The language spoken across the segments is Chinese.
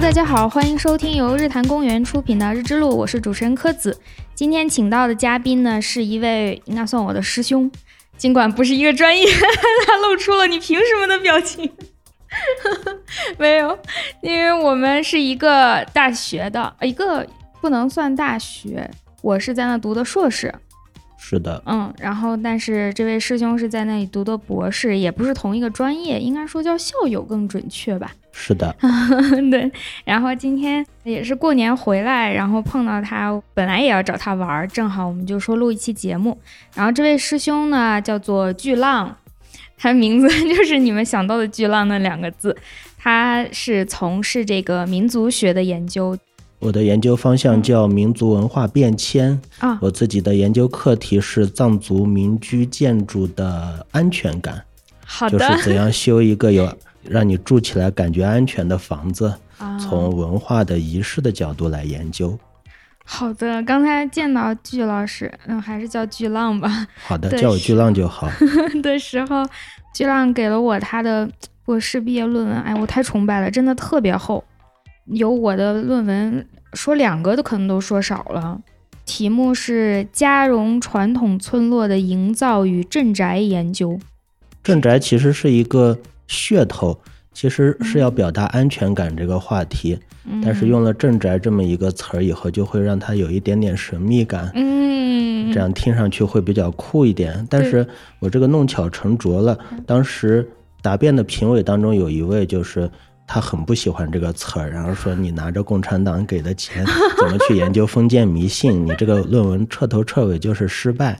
大家好，欢迎收听由日坛公园出品的《日之路》，我是主持人柯子。今天请到的嘉宾呢，是一位应该算我的师兄，尽管不是一个专业， 他露出了你凭什么的表情。 没有，因为我们是一个大学的，呃一个不能算大学，我是在那读的硕士，是的，嗯，然后但是这位师兄是在那里读的博士，也不是同一个专业，应该说叫校友更准确吧。是的， 对，然后今天也是过年回来，然后碰到他，本来也要找他玩儿，正好我们就说录一期节目。然后这位师兄呢叫做巨浪，他名字 就是你们想到的巨浪那两个字。他是从事这个民族学的研究我的研究方向叫民族文化变迁，啊，我自己的研究课题是藏族民居建筑的安全感，好就的，是怎样修一个有让你住起来感觉安全的房子。啊从文化的仪式的角度来研究。好的。刚才见到巨老师，嗯，还是叫巨浪吧。好的，对叫我巨浪就好。 的时候，巨浪给了我他的博士毕业论文，哎，我太崇拜了，真的特别厚，有我的论文说两个都可能都说少了。题目是“嘉荣传统村落的营造与镇宅研究 镇宅其实是一个噱头，其实是要表达安全感这个话题，”，嗯、但是用了镇宅这么一个词儿以后，就会让它有一点点神秘感。嗯这样听上去会比较酷一点。但对嗯是我这个弄巧成拙了，当时答辩的评委当中有一位就是。他很不喜欢这个词儿，然后说你拿着共产党给的 钱，怎么去研究封建迷信？你这个论文彻头彻尾就是失败。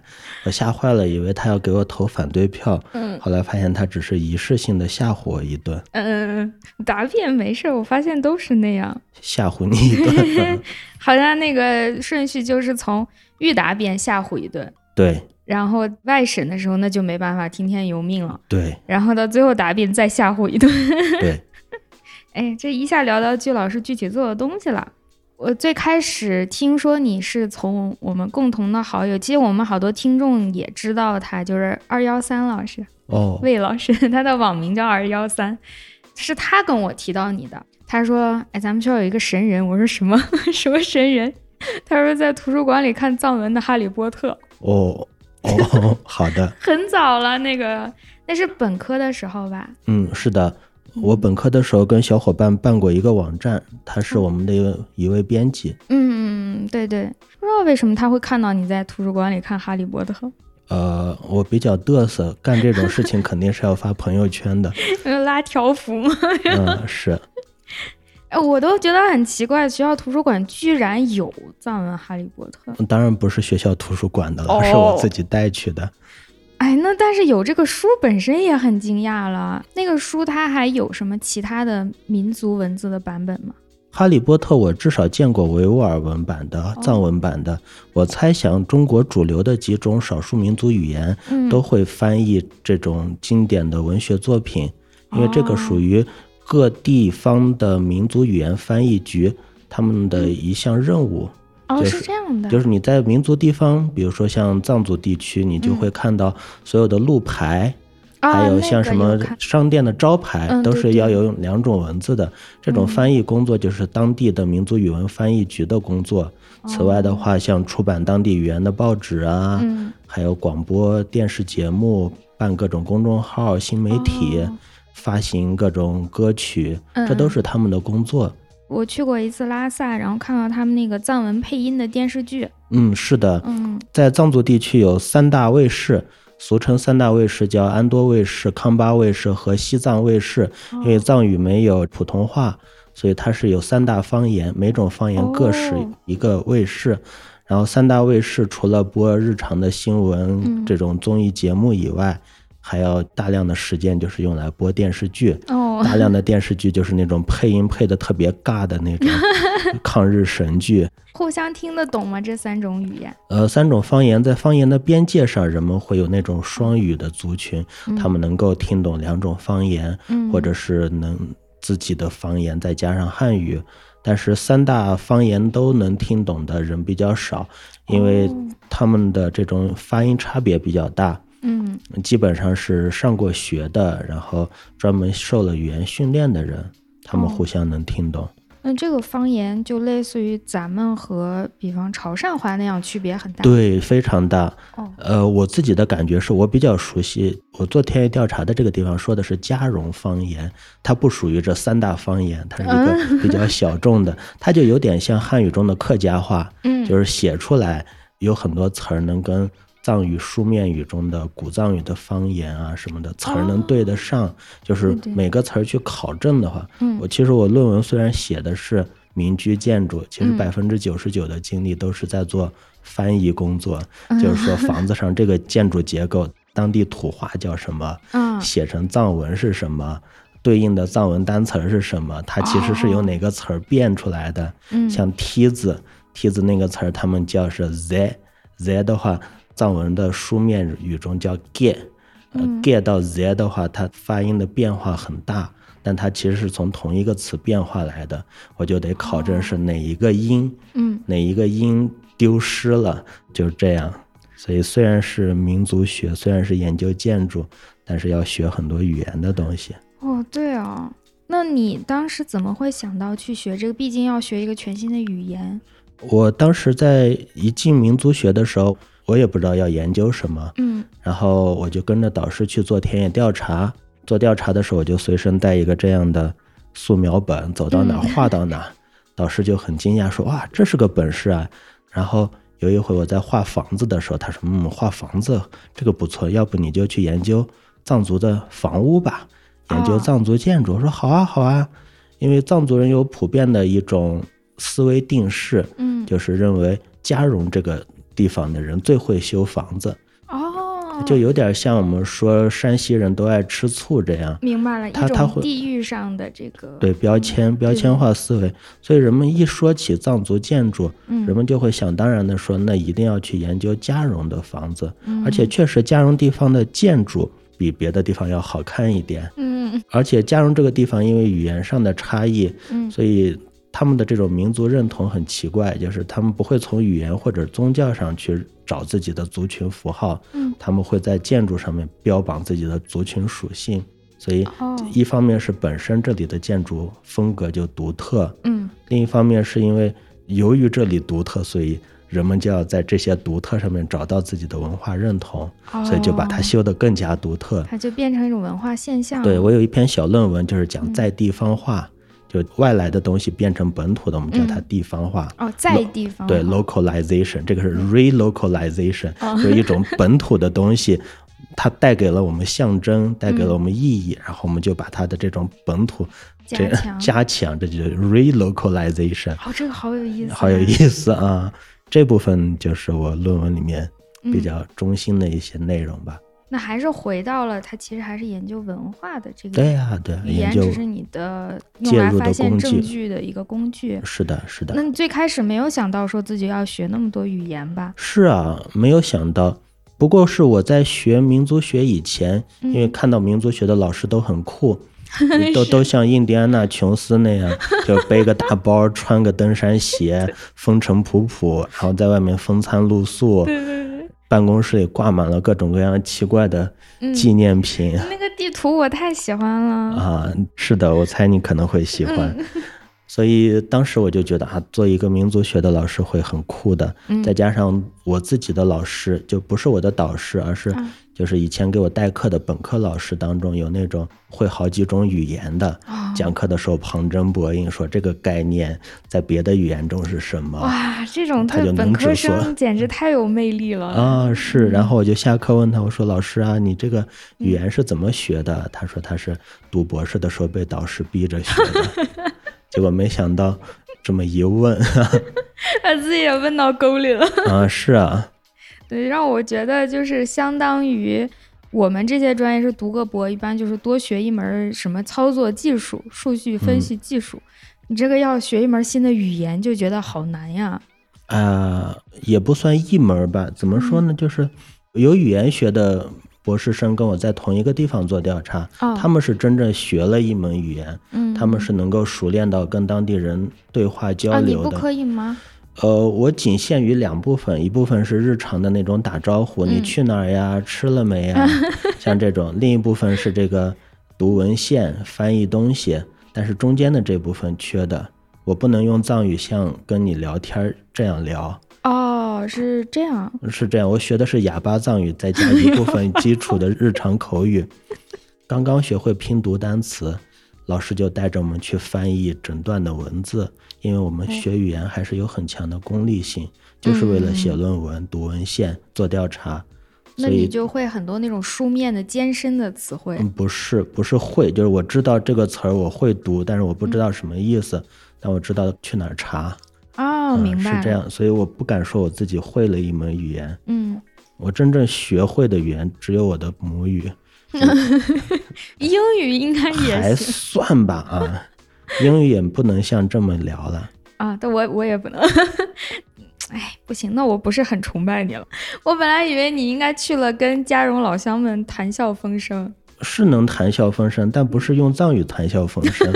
我吓坏了，以为他要给我投反对票，嗯后来发现他只是仪式性的吓唬我一顿，嗯，答辩没事儿，我发现都是那样，吓唬你一 顿。好像那个顺序就是从预答辩吓唬一顿，对然后外审的时候那就没办法听天由命了。对然后到最后答辩再吓唬一顿。 对， 哎，这一下聊到巨老师具体做的东西了。我最开始听说你是从我们共同的好友，其实我们好多听众也知道他，就是二幺三老师，哦，魏老师， 他的网名叫二幺三，是他跟我提到你的。他说：“哎，咱们学校有一个神人。”我说：“什么 什么神人？”他说：“在图书馆里看藏文的《哈利波特》。”哦 哦，好的。很早了，那个那是本科的时候吧？嗯，是的，我本科的时候跟小伙伴办过一个网站，他是我们的一位一位编辑。嗯，对对，不知道为什么他会看到你在图书馆里看《哈利波特》 呃，我比较嘚瑟，干这种事情肯定是要发朋友圈的。呃，拉条幅吗？嗯，是 哎，我都觉得很奇怪，学校图书馆居然有藏文《哈利波特》。当然不是学校图书馆的了，哦是我自己带去的。哎，那但是有这个书本身也很惊讶了。那个书它还有什么其他的民族文字的版本吗？哈利波特，我至少见过维吾尔文版的、藏文版的。我猜想，中国主流的几种少数民族语言嗯，都会翻译这种经典的文学作品，因为这个哦属于各地方的民族语言翻译局他们的一项任务。哦，就是是这样的，就是你在民族地方，比如说像藏族地区，你就会看到所有的路牌，啊还有那像个什么有看商店的招牌，嗯都对是对嗯要有两种文字的。这种翻译工作就是当地的民族语文翻译局的工作。此外的话，像出版当地语言的报纸啊，哦嗯还有广播电视节目，办各种公众号、新媒体，哦发行各种歌曲，这嗯都嗯是他们的工作。我去过一次拉萨，然后看到他们那个藏文配音的电视剧。嗯，是的，嗯在藏族地区有三大卫视，俗称三大卫视叫安多卫视、康巴卫视和西藏卫视。哦因为藏语没有普通话，所以它是有三大方言，每种方言各使哦一个卫视。然后三大卫视除了播日常的新闻、嗯这种综艺节目以外，还要大量的时间就是用来播电视剧。哦， 大量的电视剧就是那种配音配的特别尬的那 种抗日神剧，互相听得懂吗？这三种语言？呃，三种方言在方言的边界上，人们会有那种双语的族群，他们能够听懂两种方言，嗯或者是能自己的方言再加上汉语。但是三大方言都能听懂的人比较少，因为哦他们的这种发音差别比较大，嗯基本上是上过学的，然后专门受了语言训练的人，他们哦互相能听懂。嗯，这个方言就类似于咱们和比方潮汕话那样区别很大。对，非常大。哦，呃，我自己的感觉是我比较熟悉，我做田野调查的这个地方说的是嘉绒方言，它不属于这三大方言，它是一嗯个比较小众的，它就有点像汉语中的客家话，嗯，就是写出来有很多词儿能跟藏语书面语中的古藏语的方言啊什么的词儿能对得上，就是哦对对每个词儿去考证的话，嗯我其实我论文虽然写的是民居建筑，其实嗯百分之九十九的精力都是在做翻译工作，嗯就是说房子上这个建筑结构， 当地土话叫什么，嗯写成藏文是什么。对应的藏文单词儿是什么？它其实是由哪个词儿变出来的？嗯像梯子，梯子那个词儿，他们叫是 z z 的话，藏文的书面语中叫 get，呃、get 到 z 的话，它发音的变化很大，但它其实是从同一个词变化来的，我就得考证是哪一个音，嗯，哪一个音丢失了，就是这样。所以虽然是民族学，虽然是研究建筑，但是要学很多语言的东西。哦，对哦。那你当时怎么会想到去学这个？毕竟要学一个全新的语言。我当时在一进民族学的时候，我也不知道要研究什么，嗯然后我就跟着导师去做田野调查。做调查的时候，我就随身带一个这样的素描本，走到哪儿画到哪儿。导师就很惊讶说：“哇，这是个本事啊！”然后有一回我在画房子的时候，他说：“嗯，画房子这个不错，要不你就去研究藏族的房屋吧，研究哦藏族建筑。我说：“好啊，好啊。”因为藏族人有普遍的一种思维定式，嗯，就是认为嘉绒这个地方的人最会修房子。哦，就有点像我们说山西人都爱吃醋这样，明白了，一他他种会地域上的这个对标签标签化思维，所以人们一说起藏族建筑，嗯人们就会想当然的说，那一定要去研究嘉绒的房子，而且确实嘉绒地方的建筑比别的地方要好看一点，嗯而且嘉绒这个地方因为语言上的差异，嗯所以他们的这种民族认同很奇怪，就是他们不会从语言或者宗教上去找自己的族群符号，嗯他们会在建筑上面标榜自己的族群属性。所以哦，一方面是本身这里的建筑风格就独特，嗯另一方面是因为由于这里独特，所以人们就要在这些独特上面找到自己的文化认同，所以就把它哦修得更加独特。它就变成一种文化现象。对，我有一篇小论文，就是嗯讲在地方化，就外来的东西变成本土的，我们叫它地方化。哦，嗯在地方对化，localization，这个是 relocalization，、就是哦一种本土的东 西，它带给了我们象征，带给了我们意义，然后我们就把它的这种本土这嗯加强 加强，这就是 relocalization，哦，这个好有意思，好有意思啊！这部分就是我论文里面比嗯较中心的一些内容吧。那还是回到了它，其实还是研究文化的这个对呀、对啊，语研言，究只是你的用介来入发的现工证具据的一个工具。是的，是的。那你最开始没有想到说自己要学那么多语言吧？是啊，没有想到。不过是我在学民族学以前，因为看到民族学的老师都很酷，都都像印第安纳琼斯那样，就背个大包，穿个登山鞋，风尘仆仆，然后在外面风餐露宿，办公室里挂满了各种各样奇怪的纪念品。那个地图我太喜欢了，啊，是的，我猜你可能会喜欢。 所以当时我就觉得啊，做一个民族学的老师会很酷的。再加上我自己的老师，就不是我的导师，而是就是以前给我代课的本科老师当中，有那种会好几种语言的，讲课的时候旁征博引，说这个概念在别的语言中是什么。哇，这种他就对本能科指出生简直太有魅力了。嗯啊，是，然后我就下课问他，我说老师啊，你这个语言是怎么学的？他说他是读博士的时候被导师逼着学的， 结果没想到这么一问 把自己也问到沟里了。 啊，是啊，对，让我觉得就是相当于我们这些专业是读个博，一般就是多学一门儿什么操作技术、数据嗯分析技术。你这个要学一门新的语言，就觉得好难呀。啊，也不算一门儿吧，怎么说呢？就是有语言学的博士生跟我在同一个地方做调查，哦他们是真正学了一门语言，嗯，他们是能够熟练到跟当地人对话交啊，你流不的。可以吗？呃，我仅限于两部分，一部分是日常的那种打招呼，你嗯去哪儿呀，吃了没呀，像这种；另一部分是这个读文献、翻译东西，但是中间的这部分缺的，我不能用藏语像跟你聊天儿这样聊，哦，是这样，是这样。我学的是哑巴藏语，再加一部 分基础的日常口语。刚刚学会拼读单词，老师就带着我们去翻译整段的文字，因为我们学语言还是有很强的功利性，就是为了嗯写论文、读文献、做调查。那所以你就会很多那种书面的艰深的词汇。嗯，不是，不是会，就是我知道这个词儿我会读，但是我不嗯知道什么意思，但我知道去哪儿查。哦，嗯明白、是这。样，所以我不敢说我自己会了一门语言。嗯，我真正学会的语言只有我的母语，英语应该还也行算吧啊，英语也不能像这么聊了。啊，但我我也不能。 哎，不行，那我不是很崇拜你了。我本来以为你应该去了跟家荣老乡们谈笑风生，是能谈笑风生，但不是用藏语谈笑风 生，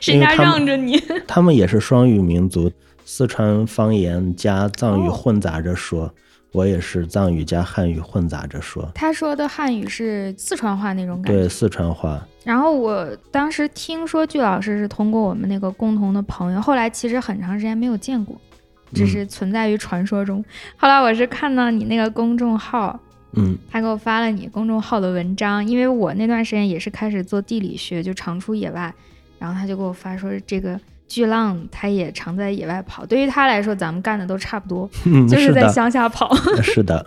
谁因为家他让们着 你？他们也是双语民族，四川方言加藏语哦混杂着说，我也是藏语加汉语混杂着说，他说的汉语是四川话那种感觉。对四川话，然后我当时听说具老师是通过我们那个共同的朋友，后来其实很长时间没有见过，只嗯是存在于传说中。后来我是看到你那个公众号，嗯他给我发了你公众号的文章，因为我那段时间也是开始做地理学，就常出野外，然后他就给我发说这个巨浪他也常在野外跑，对于他来说咱们干的都差不多，嗯，就是是在的，乡下跑。 是的，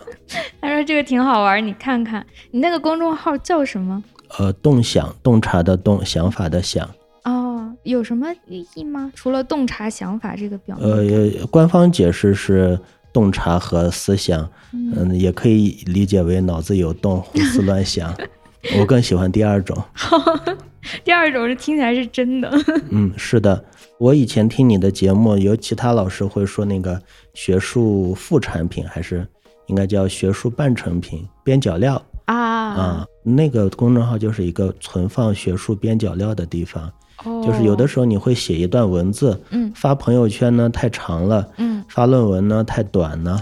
他说这个挺好玩，你看看你那个公众号叫什么？呃，洞想洞察的洞，想法的想，哦，有什么寓意吗？除了洞察想法这个表面，呃，官方解释是洞察和思想，嗯，嗯，也可以理解为脑子有洞，胡思乱想。 我更喜欢第二种。第二种是听起来是真的，嗯，是的，我以前听你的节目，有其他老师会说那个学术副产品，还是应该叫学术半成品、边角料啊啊、那个公众号就是一个存放学术边角料的地方，哦就是有的时候你会写一段文字，嗯发朋友圈呢太长了，嗯，发论文呢太短 呢，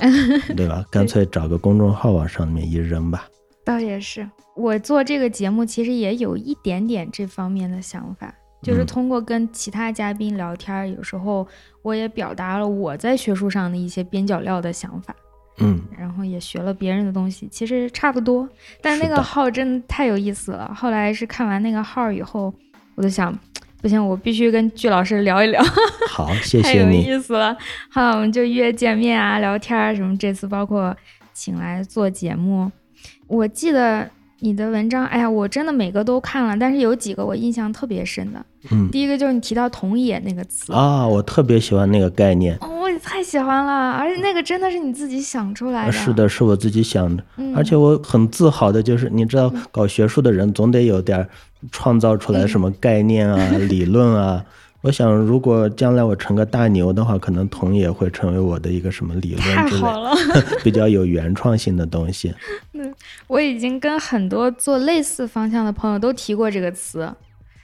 对吧？干脆找个公众号往上面一扔吧。倒也是，我做这个节目其实也有一点点这方面的想法，就是嗯通过跟其他嘉宾聊天儿，有时候我也表达了我在学术上的一些边角料的想法，嗯，然后也学了别人的东西，其实差不多。但是那个的号真的太有意思了。后来是看完那个号以后，我就想，不行，我必须跟具老师聊一聊， 好，谢太谢有你。意思了。好，我们就约见面啊，聊天啊什么。这次包括请来做节目，我记得你的文章，哎呀，我真的每个都看了，但是有几个我印象特别深的。嗯第一个就是你提到“童野”那个词。啊，我特别喜欢那个概念。哦，我也太喜欢了，而且那个真的是你自己想出来的。啊是，的，是我自己想的，哎嗯、而且我很自豪的就是，你知道，搞学术的人总得有点儿创造出嗯来什么概念啊、理论 啊。我想，如果将来我成个大牛的话，可能铜也会成为我的一个什么理太论之类好的，了。 比较有原创性的东西。我已经跟很多做类似方向的朋友都提过这个词，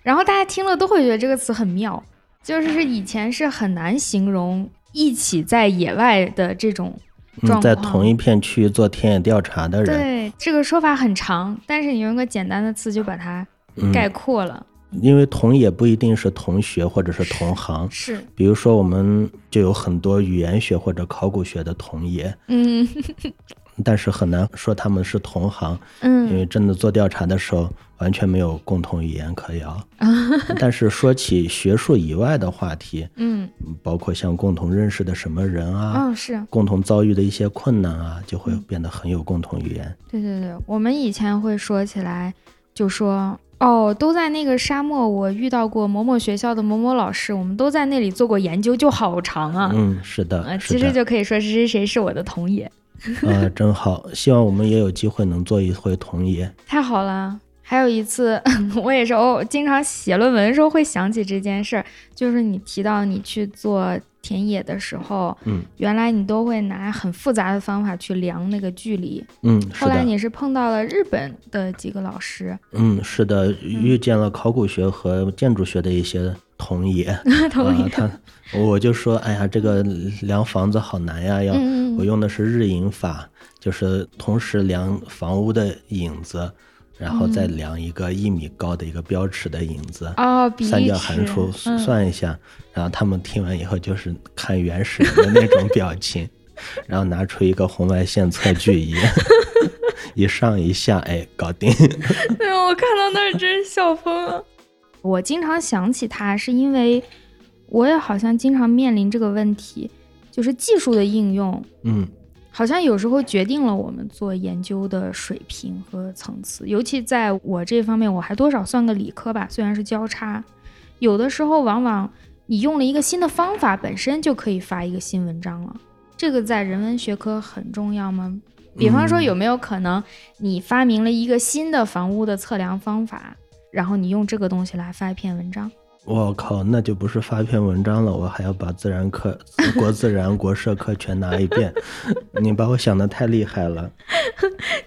然后大家听了都会觉得这个词很妙，就是是以前是很难形容一起在野外的这种状况。嗯，在同一片区域做田野调查的人，对这个说法很长，但是你用一个简单的词就把它嗯，概括了。因为同也不一定是同学或者是同行。是，比如说，我们就有很多语言学或者考古学的同业，嗯但是很难说他们是同行，因嗯为真的做调查的时候完全没有共同语言可聊。 但是说起学术以外的话题，嗯，包括像共同认识的什么人啊，哦，是共同遭遇的一些困难啊，就会变得很有共同语言。对对对，我们以前会说起来，就说哦，都在那个沙漠，我遇到过某某学校的某某老师，我们都在那里做过研究，就好长啊。嗯，是呃，的，其是实的，就可以说谁谁谁是我的童爷，呃，真好，希望我们也有机会能做一回同爷。太好了。还有一次， 我也是偶、经常写论文的时候会想起这件事儿，就是你提到你去做田野的时候，嗯原来你都会拿很复杂的方法去量那个距离，嗯，是后来的，你是碰到了日本的几个老师，嗯，是的，遇见了考古学和建筑学的一些同爷。 同啊意，他我就说，哎呀，这个量房子好难呀，要、嗯嗯嗯我用的是日影法，就是同时量房屋的影子，然后再量一个一米高的一个标尺的影子，哦，比三例角尺函数嗯算一下，然后他们听完以后就是看原始人的那种表情， 然后拿出一个红外线测距仪， 一上一下，哎，搞定。 对，啊我看到那儿真笑疯了。我经常想起它，是因为我也好像经常面临这个问题，就是技术的应用，嗯，好像有时候决定了我们做研究的水平和层次。尤其在我这方面，我还多少算个理科吧，虽然是交叉，有的时候往往你用了一个新的方法，本身就可以发一个新文章了。这个在人文学科很重要吗？比方说，嗯有没有可能你发明了一个新的房屋的测量方法，然后你用这个东西来发一篇文章？我靠，那就不是发篇文章了，我还要把自然课、 国自然、国社科全拿一遍， 你把我想的太厉害了。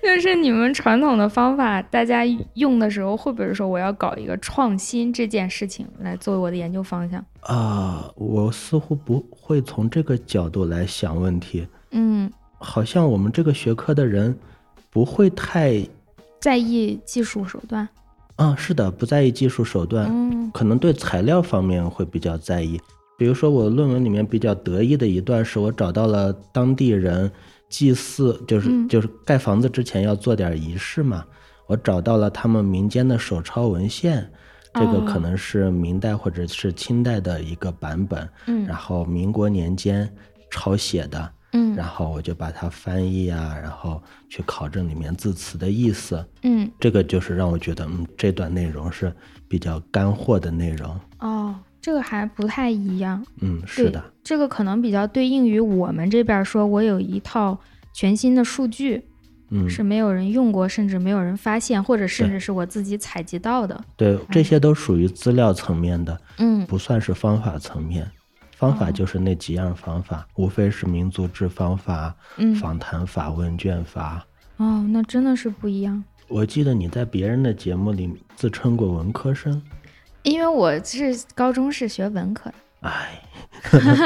就是你们传统的方法，大家用的时候会不会说我要搞一个创新这件事情来作为我的研究方向？啊，我似乎不会从这个角度来想问题，嗯，好像我们这个学科的人不会太，在意技术手段。啊，是的，不在意技术手段，嗯可能对材料方面会比较在意。比如说，我论文里面比较得意的一段是我找到了当地人祭祀，就是、嗯就是盖房子之前要做点仪式嘛。我找到了他们民间的手抄文献，这个哦可能是明代或者是清代的一个版本，然嗯后民国年间抄写的，嗯然后我就把它翻译啊，然后去考证里面字词的意思。嗯这个就是让我觉得，嗯，这段内容是比较干货的内容。哦，这个还不太一样。嗯，对是的，，这个可能比较对应于我们这边说，我有一套全新的数据嗯，是没有人用过，甚至没有人发现，或者甚对至是我自己采集到的。对，这些都属于资料层面的，嗯不算是方法层面。方法哦就是那几样方法，无非是民族志方法、嗯，访谈法、问卷法。哦，那真的是不一样。我记得你在别人的节目里自称过文科生，因为我是高中是学文科的，哎，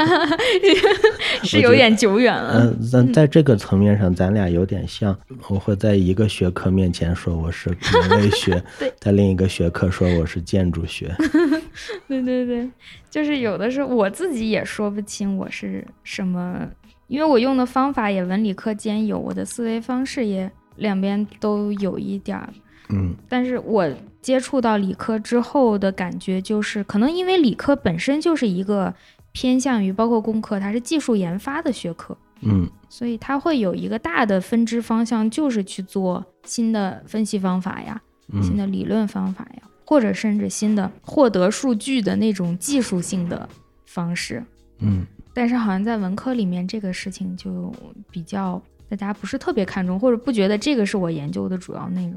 是有点久远了。嗯，咱在这个层面上，咱俩有点像。我会在一个学科面前说我 是人类学对，在另一个学科说我是建筑学。 对对对，就是有的时候我自己也说不清我是什么，因为我用的方法也文理科兼有，我的思维方式也两边都有一点儿。嗯但是我接触到理科之后的感觉就是，可能因为理科本身就是一个偏向于包括工科，它是技术研发的学科，嗯，所以它会有一个大的分支方向，就是去做新的分析方法呀，嗯新的理论方法呀，或者甚至新的获得数据的那种技术性的方式。嗯但是好像在文科里面，这个事情就比较大家不是特别看重，或者不觉得这个是我研究的主要内容。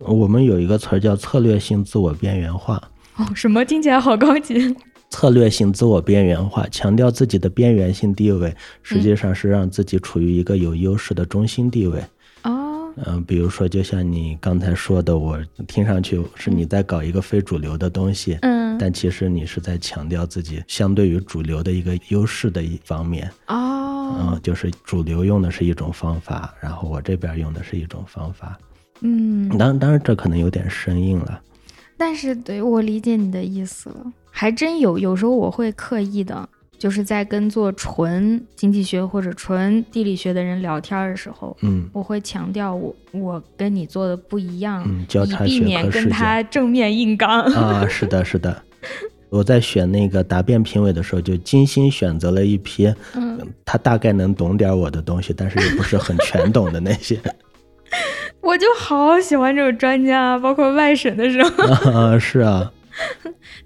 我们有一个词儿叫策略性自我边缘化。哦，什么听起来好高级。策略性自我边缘化，强调自己的边缘性地位，实际上是让自己处于一个有优势的中心地位。哦，嗯、比如说，就像你刚才说的，我听上去是你在搞一个非主流的东西，嗯，但其实你是在强调自己相对于主流的一个优势的一方面，嗯、哦，就是主流用的是一种方法，然后我这边用的是一种方法。嗯，当当然，这可能有点生硬了。但是对我理解你的意思了，还真有。有时候我会刻意的，就是在跟做纯经济学或者纯地理学的人聊天的时候，嗯我会强调我我跟你做的不一样，嗯，交以叉避学免科跟事件。他正面硬刚。 啊，是的，是的。我在选那个答辩评委的时候，就精心选择了一批嗯，他大概能懂点我的东西，但是又不是很全懂的那些。 我就好喜欢这种专家，包括外审的时候， 啊，是啊，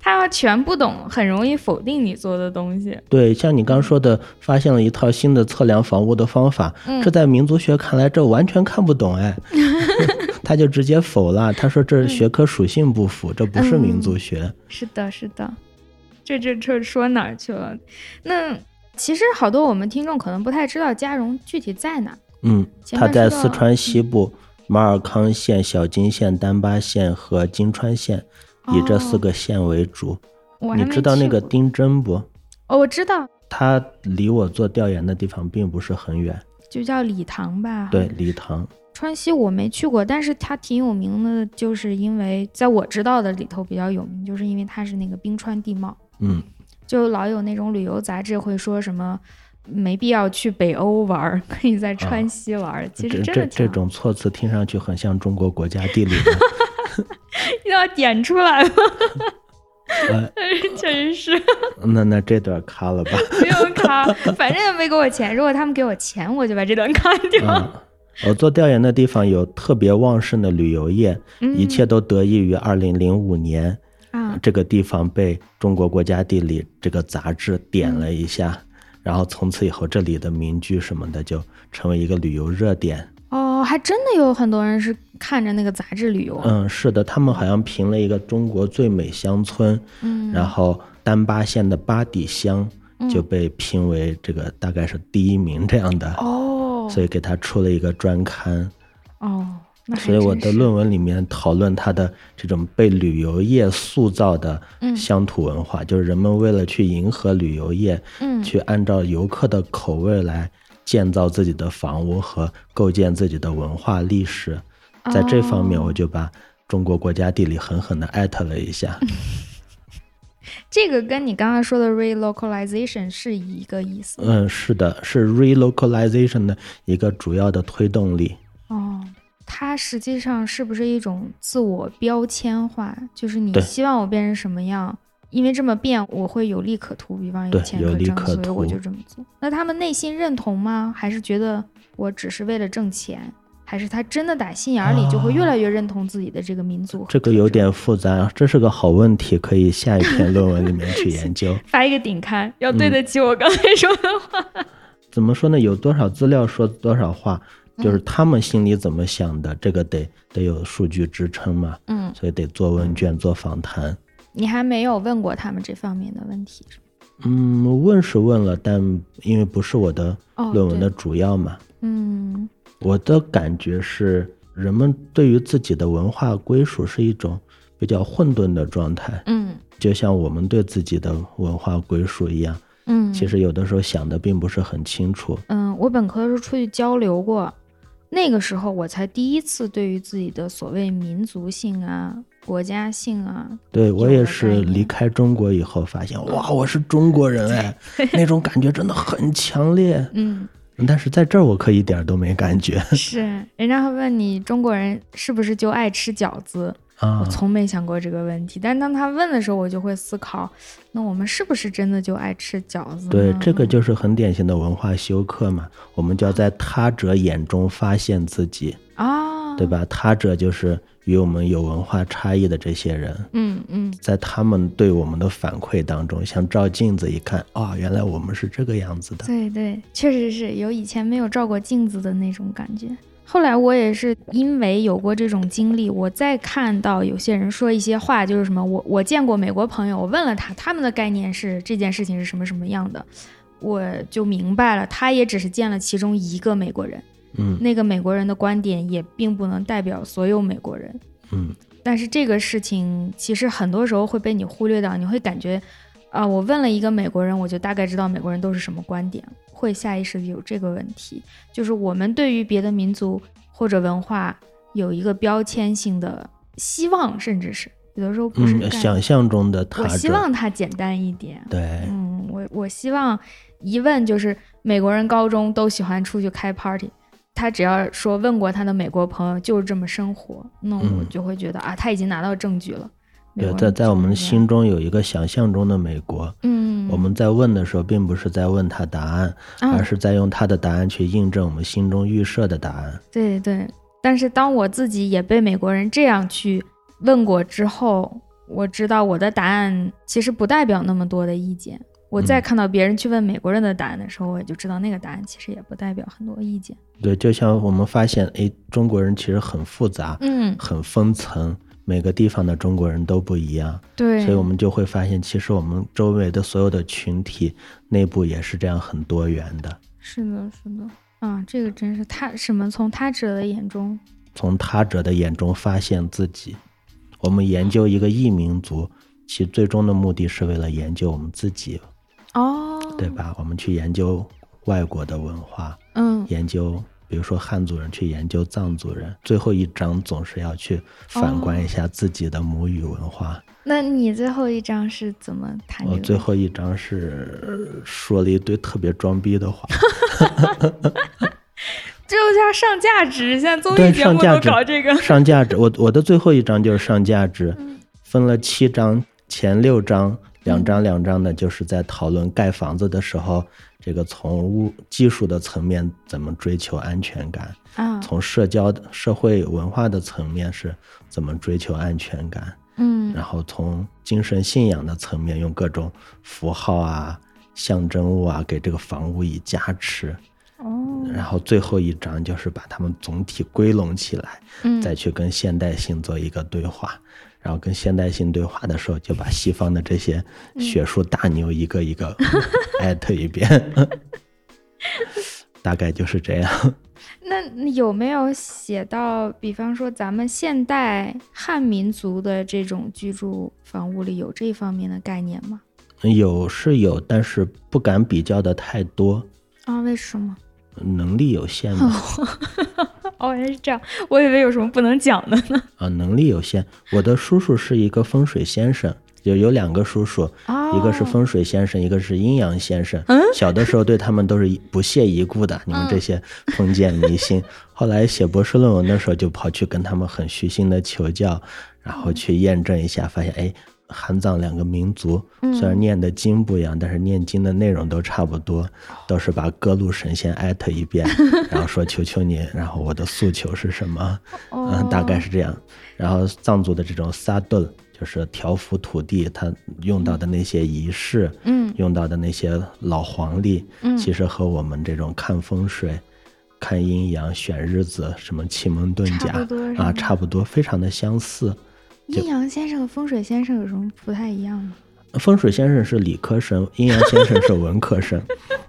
他要全不懂，很容易否定你做的东西。对，像你刚说的，发现了一套新的测量房屋的方法，嗯这在民族学看来这完全看不 懂哎， 他就直接否了，他说这学科属性不符，这不是民族学。是的，是的，这这这说哪儿去了？那其实好多我们听众可能不太知道嘉荣具体在哪。嗯，前他面嗯在说四到川西部马尔康县、小金县、丹巴县和金川县，以这四个县为主。哦我你还没知道那去个过丁真不？哦，我知道，他离我做调研的地方并不是很远，啊就叫礼堂吧。对，，礼堂。川西我没去过，但是它挺有名的，就是因为在我知道的里头比较有名，就是因为它是那个冰川地貌，嗯，就老有那种旅游杂志会说什么没必要去北欧玩儿，可以在川西玩儿。其啊这实真这的挺这好种措辞听上去很像中国国家地理呢。 要点出来吗？ 呃， 真是那那这段卡 了吧？不用卡，啊反正也没给我钱。如果他们给我钱，我就把这段 卡掉。嗯，我做调研的地方有特别旺盛的旅游业，嗯一切都得益于2005年啊，这个地方被中国国家地理这个杂志点了一下，嗯然后从此以后这里的民居什么的就成为一个旅游热点。哦，还真的有很多人是看着那个杂志旅游。嗯，是的，他们好像评了一个中国最美乡村，嗯然后丹巴县的巴底乡嗯就被评为这个大概是第一名这样的，哦所以给他出了一个专刊。哦，那还所以我真的是论文里面讨论它的这种被旅游业塑造的嗯乡土文化，就是人们为了去迎合旅游业，嗯去按照游客的口味来建造自己的房屋和构建自己的文化历史。在这方面，哦我就把中国国家地理狠狠地艾特了一下。这个跟你刚刚说的 relocalization 是一个意思。嗯，是的，是 relocalization 的一个主要的推动力。哦，它实际上是不是一种自我标签化？就是你对希望我变成什么样，因为这么变我会有利可图，比方有对钱有利挣，可所以我图就这么做。那他们内心认同吗？还是觉得我只是为了挣钱？还是他真的打心眼儿里就会越来越认同自己的这个民族和特啊这征？个有点复杂，这是个好问题，可以下一篇论文里面去 研究。发一个顶刊，要嗯对得起我刚才说的话。怎么说呢？有多少资料说多少话，就是嗯他们心里怎么想的，这个得得有数据支撑嘛，嗯，所以得做问卷、做访谈。你还没有问过他们这方面的问题是吧嗯，问是问了，但因为不是我的哦论文对的主要嘛，嗯我的感觉是，人们对于自己的文化归属是一种比较混沌的状态，嗯就像我们对自己的文化归属一样，嗯，其实有的时候想的并不是很清楚。嗯，我本科的时候出去交流过，那个时候我才第一次对于自己的所谓民族性啊、国家性啊，对我也有是了概念嗯离开中国以后发现，哇，我是中国人哎， 那种感觉真的很强烈。嗯，但是在这儿我可一点儿都没感觉 是，人家会问你中国人是不是就爱吃饺子，我啊，从没想过这个问题，但当他问的时候，我就会思考，那我们是不是真的就爱吃饺子呢？对，这个就是很典型的文化休克嘛，我们就要在他者眼中发现自己，啊，对？吧？他者就是与我们有文化差异的这些人。嗯嗯，在他们对我们的反馈当中，像照镜子一看，啊、原来我们是这个样子的。对对，确实是有以前没有照过镜子的那种感觉。后来我也是因为有过这种经历，我再看到有些人说一些话，就是什么我我见过美国朋友，我问了他，他们的概念是这件事情是什么什么样的，我就明白了，他也只是见了其中一个美国人，嗯那个美国人的观点也并不能代表所有美国人。嗯，但是这个事情其实很多时候会被你忽略到，你会感觉，啊、我问了一个美国人，我就大概知道美国人都是什么观点，会下意识的有这个问题，就是我们对于别的民族或者文化有一个标签性的希望，甚至是有的时候不是嗯，概想象中的他我者，希望它简单一点，对，嗯，我我希望一问就是美国人高中都喜欢出去开 party，他只要说问过他的美国朋友就是这么生活，那我嗯就会觉得、啊，他已经拿到证据了。美对，国在人在我们就是这样，心中有一个想象中的美国，啊嗯，我们在问的时候，并不是在问他答案，而啊，是在用他的答案去印证我们心中预设的答案。对对。但是当我自己也被美国人这样去问过之后，我知道我的答案其实不代表那么多的意见。我再嗯看到别人去问美国人的答案的时候，我也就知道那个答案其实也不代表很多意见。对，就像我们发现，诶，中国人其实很复杂，嗯，很分层，每个地方的中国人都不一样，对。所以我们就会发现，其实我们周围的所有的群体内部也是这样很多元的。是的，是的，啊，这个真是他什么从他者的眼中，从他者的眼中发现自己。我们研究一个异民族，其最终的目的是为了研究我们自己，哦，对吧？我们去研究外国的文化，嗯研究比如说汉族人去研究藏族人，最后一章总是要去反观一下自己的母语文化。那你最后一章是怎么谈这我个？最后一章是说了一堆特别装逼 的话，这就叫上价值，现在综对艺节目上价都值搞这个。 上价值。我我的最后一章就是上价值，分了七章，前六章两章两章的，就是在讨论盖房子的时候，这个从物技术的层面怎么追求安全感，啊，从社交的、社会文化的层面是怎么追求安全感，嗯然后从精神信仰的层面，用各种符号啊、象征物啊，给这个房屋以加持。哦，然后最后一章就是把它们总体归拢起来，嗯再去跟现代性做一个对话。然后跟现代性对话的时候，就把西方的这些嗯学术大牛一个一 个艾特一遍， 大概就是这样。那你有没有写到，比方说咱们现代汉民族的这种居住房屋里有这方面的概念吗？有是有，但是不敢比较的太多，啊，为什么？能力有限嘛。 哦，原来是这样，我以为有什么不能讲的呢。啊，能力有限。我的叔叔是一个风水先生，有有两个叔叔，哦一个是风水先生，一个是阴阳先生。小的时候对他们都是一不屑一顾的，你们这些封建迷信。后来写博士论文的时候，就跑去跟他们很虚心的求教，然后去验证一下，发现哎。韩藏两个民族虽然念的经不一样，但是念经的内容都差不多，都是把各路神仙艾特一遍，然后说求求你，然后我的诉求是什么？哦嗯，大概是这样。然后藏族的这种撒顿，就是调服土地，它用到的那些仪式，嗯，用到的那些老黄历，嗯其实和我们这种看风水、看阴阳、选日子，什么奇门遁差不甲多是啊，吗差不多，非常的相似。阴阳先生和风水先生有什么不太一样吗？风水先生是理科生，阴阳先生是文科生。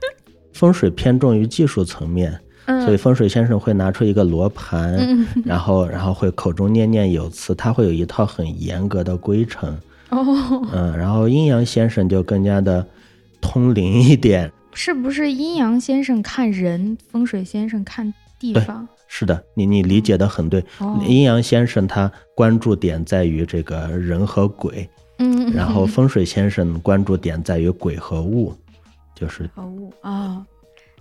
风水偏重于技术层面，嗯所以风水先生会拿出一个罗盘，然后然后会口中念念有词，他会有一套很严格的规程。 哦，嗯，然后阴阳先生就更加的通灵一点。是不是阴阳先生看人，风水先生看地方？是的，你你理解的很对。哦阴阳先生他关注点在于这个人和鬼，嗯，然后风水先生关注点在于鬼和物，就是好物啊。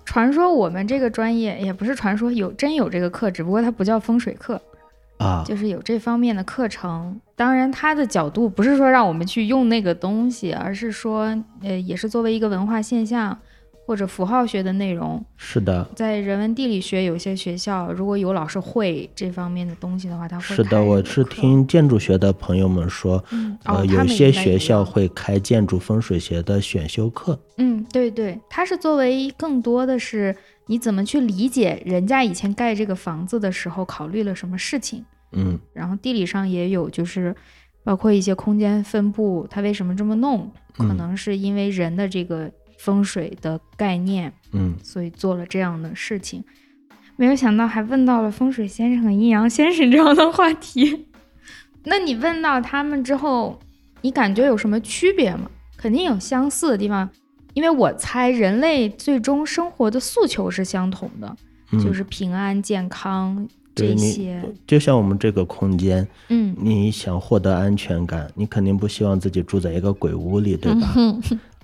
传说我们这个专业也不是传说，有真有这个课，只不过它不叫风水课，啊，就是有这方面的课程。当然，它的角度不是说让我们去用那个东西，而是说，呃，也是作为一个文化现象或者符号学的内容，是的，在人文地理学有些学校如果有老师会这方面的东西的话，他会是开的，我这个是课听建筑学的朋友们说，嗯哦呃，他有们些应该学一校样会开建筑风水学的选修课。嗯，对对，它是作为更多的是你怎么去理解人家以前盖这个房子的时候考虑了什么事情，嗯，然后地理上也有就是包括一些空间分布，它为什么这么弄，可嗯能是因为人的这个风水的概念，嗯，所以做了这样的事情。没有想到还问到了风水先生和阴阳先生这样的话题。 那你问到他们之后，你感觉有什么区别吗？肯定有相似的地方，因为我猜人类最终生活的诉求是相同的，嗯就是平安、健康对这你些。就像我们这个空间，嗯，你想获得安全感，你肯定不希望自己住在一个鬼屋里，对吧？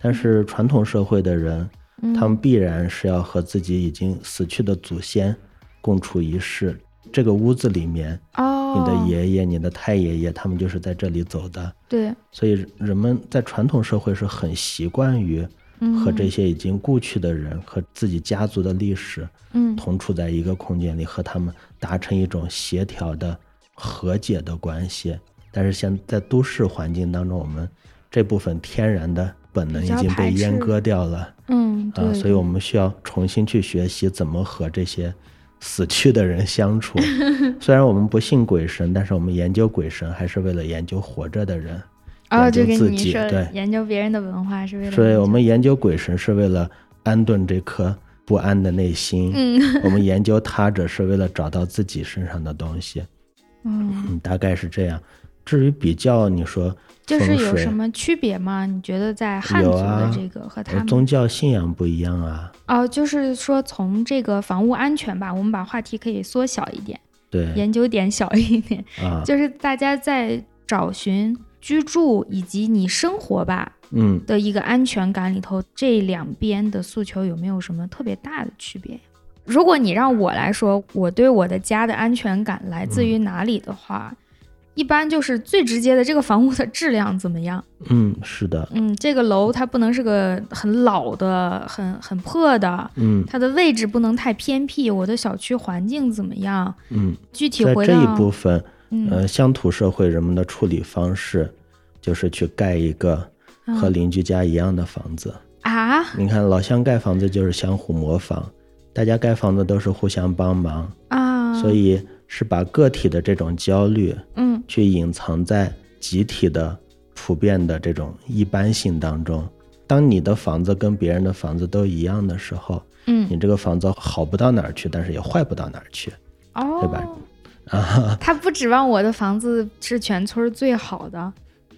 但是传统社会的人，他们必然是要和自己已经死去的祖先共处一室。这个屋子里面，你的哦，爷爷、你的太爷爷，他们就是在这里走的。对，所以人们在传统社会是很习惯于和这些已经故去的人、和自己家族的历史嗯同处在一个空间里，和他们达成一种协调的和解的关系。但是现在都市环境当中，我们这部分天然的本能已比较经被排斥阉割掉了嗯，对，啊，所以我们需要重新去学习怎么和这些。死去的人 相处，虽然我们不信鬼神，但是我们研究鬼神还是为了研究活着的人。哦，研就究跟自你己说对，研究别人的文化是为了所以研我究们研究鬼神是为了安顿这颗不安的内心， 嗯我们研究他者是为了找到自己身上的东西，嗯 嗯，大概是这样。至于比较，你说就是风有水什么区别吗？你觉得在汉有族的啊这个和他呃们宗教信仰不一样啊，哦，就是说从这个房屋安全吧，我们把话题可以缩小一点，对研究点小一点，啊，就是大家在找寻居住以及你生活吧嗯，的一个安全感里头，这两边的诉求有没有什么特别大的区别？如果你让我来说，我对我的家的安全感来嗯自于哪里的话，一般就是最直接的，这个房屋的质量怎么样？嗯，是的，嗯，这个楼它不能是个很老的、很很破的，嗯它的位置不能太偏僻，我的小区环境怎么样？嗯，具体在回这到一部分，嗯呃，乡土社会人们的处理方式就是去盖一个和嗯邻居家一样的房子。啊，你看老乡盖房子就是相互模仿，大家盖房子都是互相帮忙，啊，所以是把个体的这种焦虑嗯去隐藏在集体的普遍的这种一般性当中。当你的房子跟别人的房子都一样的时候，嗯你这个房子好不到哪儿去，但是也坏不到哪儿去。哦，对吧啊他不指望我的房子是全村最好的，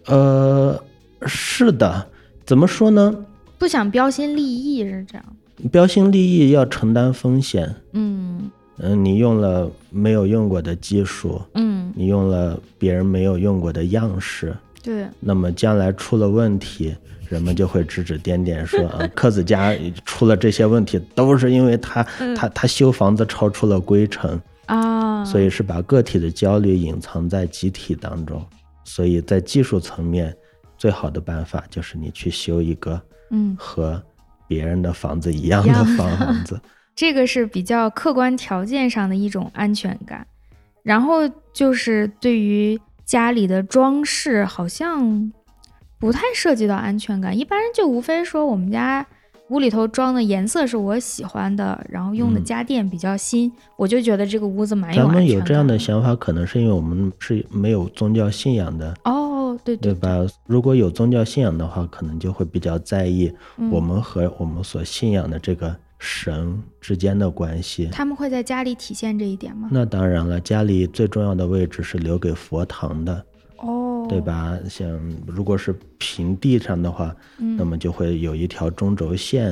呃，是的，怎么说呢？不想标新立异是这样。标新立异要承担风险。嗯嗯、你用了没有用过的技术，嗯，你用了别人没有用过的样式，对，那么将来出了问题，人们就会指指点 点说啊，柯子家出了这些问题，都是因为他嗯他他修房子超出了规程，啊，所以是把个体的焦虑隐藏在集体当中。所以在技术层面，最好的办法就是你去修一个嗯，和别人的房子一样一的样的房 子。这个是比较客观条件上的一种安全感。然后就是对于家里的装饰，好像不太涉及到安全感。一般人就无非说我们家屋里头装的颜色是我喜欢的，然后用的嗯家电比较新，我就觉得这个屋子蛮有咱安全感们有这样的哎的想法，可能是因为我们是没有宗教信仰的，哦，对对吧？如果有宗教信仰的话，可能就会比较在意嗯我们和我们所信仰的这个神之间的关系。他们会在家里体现这一点吗？那当然了，家里最重要的位置是留给佛堂的，哦，嗯对？吧？像如果是平地上的话，嗯那么就会有一条中轴线，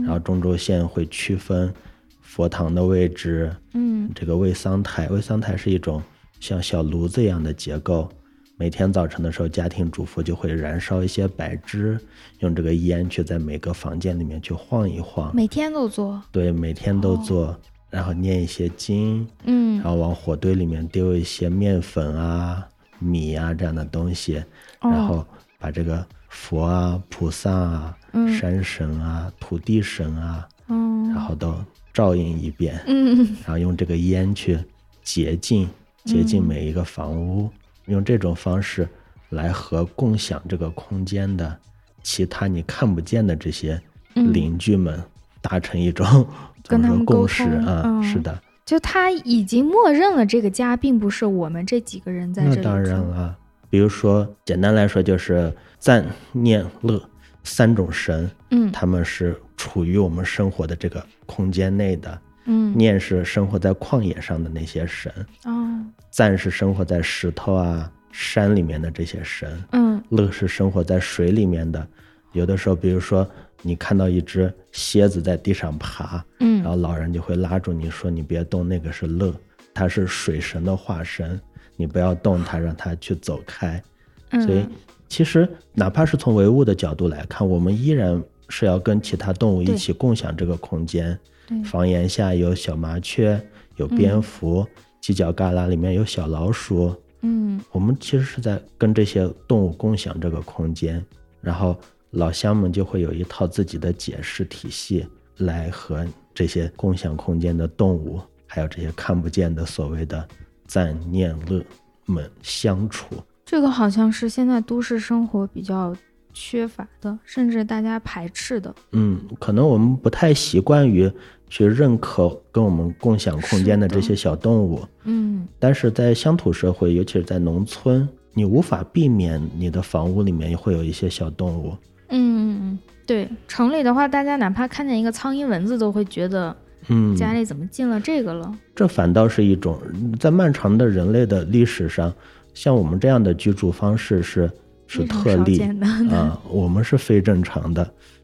然后嗯中轴线会区分佛堂的位置，嗯这个卫桑台，卫桑台是一种像小炉子一样的结构。每天早晨的时候，家庭主妇就会燃烧一些柏枝，用这个烟去在每个房间里面去晃一晃。每哦天都做，对，每天都做，然后念一些经，嗯然后往火堆里面丢一些面粉啊、米啊这样的东西，哦然后把这个佛啊、菩萨啊、嗯山神啊、土地神啊，然嗯后都照应一遍。嗯然后用这个烟去洁净洁净嗯每一个房屋，用这种方式来和共享这个空间的其他你看不见的这些嗯邻居们达成 一种跟怎么他说们沟共识通啊、嗯是的，就他已经默认了这个家并不是我们这几个人在这那里当然住了。比如说，简单来说就是赞、念、乐三种神，嗯他们是处于我们生活的这个空间内的。嗯念是生活在旷野上的那些神，嗯哦赞是生活在石头啊、山里面的这些神，嗯乐是生活在水里面的。有的时候，比如说你看到一只蝎子在地上爬，然嗯后老人就会拉住你说：“你别动，那个是乐，它是水神的化身，你不要动它，让它去走开。”嗯，所以，其实哪怕是从唯物的角度来看，我们依然是要跟其他动物一对起共享这个空间。对房檐下有小麻雀，有蝙蝠，犄角旮旯里面有小老鼠。嗯我们其实是在跟这些动物共享这个空间，然后老乡们就会有一套自己的解释体系来和这些共享空间的动物，还有这些看不见的所谓的赞念乐们相处。这个好像是现在都市生活比较缺乏的，甚至大家排斥的。嗯，可能我们不太习惯于去认可跟我们共享空间的这些小动物，嗯但是在乡土社会，尤其是在农村，你无法避免你的房屋里面会有一些小动物。嗯嗯嗯，对，城里的话，大家哪怕看见一个苍蝇、蚊子，都会觉得嗯，家里怎么进了这个了？这反倒是一种在漫长的人类的历史上，像我们这样的居住方式是是非常特少例见的啊，我们是非正常的。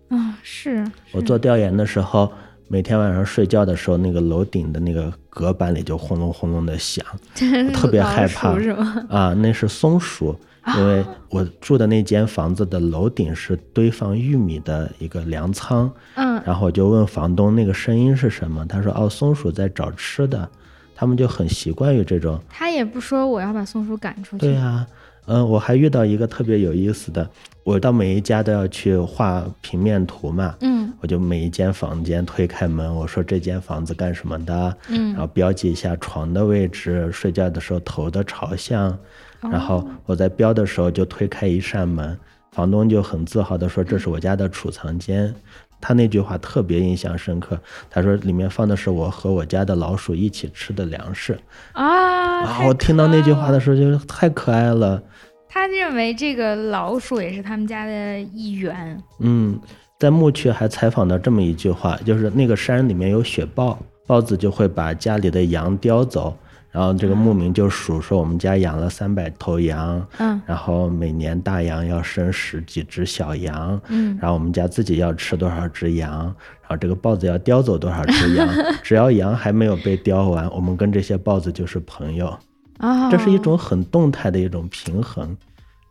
啊，是我做调研的时候，每天晚上睡觉的时候，那个楼顶的那个隔板里就轰隆轰隆的响我 特别老害鼠怕是吗？啊，那是松鼠，啊因为我住的那间房子的楼顶是堆放玉米的一个粮仓，嗯，然后我就问房东那个声音是什么，他说哦，松鼠在找吃的，他们就很习惯于这种他也不说我要把松鼠赶出去。对啊，嗯，我还遇到一个特别有意思的，我到每一家都要去画平面图嘛，嗯我就每一间房间推开门，我说这间房子干什么的，然嗯，后标记一下床的位置，睡觉的时候头的朝向，哦然后我在标的时候就推开一扇门，房东就很自豪的说这是我家的储藏间。他那句话特别印象深刻，他说里面放的是我和我家的老鼠一起吃的粮食啊啊！我听到那句话的时候就太可爱了。他认为这个老鼠也是他们家的一员。嗯，在牧区还采访到这么一句话，就是那个山里面有雪豹，豹子就会把家里的羊叼走，然后这个牧民就数说我们家养了三百头羊，嗯然后每年大羊要生十几只小羊，嗯，然后我们家自己要吃多少只羊，然后这个豹子要叼走多少只 羊，只要羊还没有被叼完，我们跟这些豹子就是朋友。啊、这是一种很动态的一种平衡，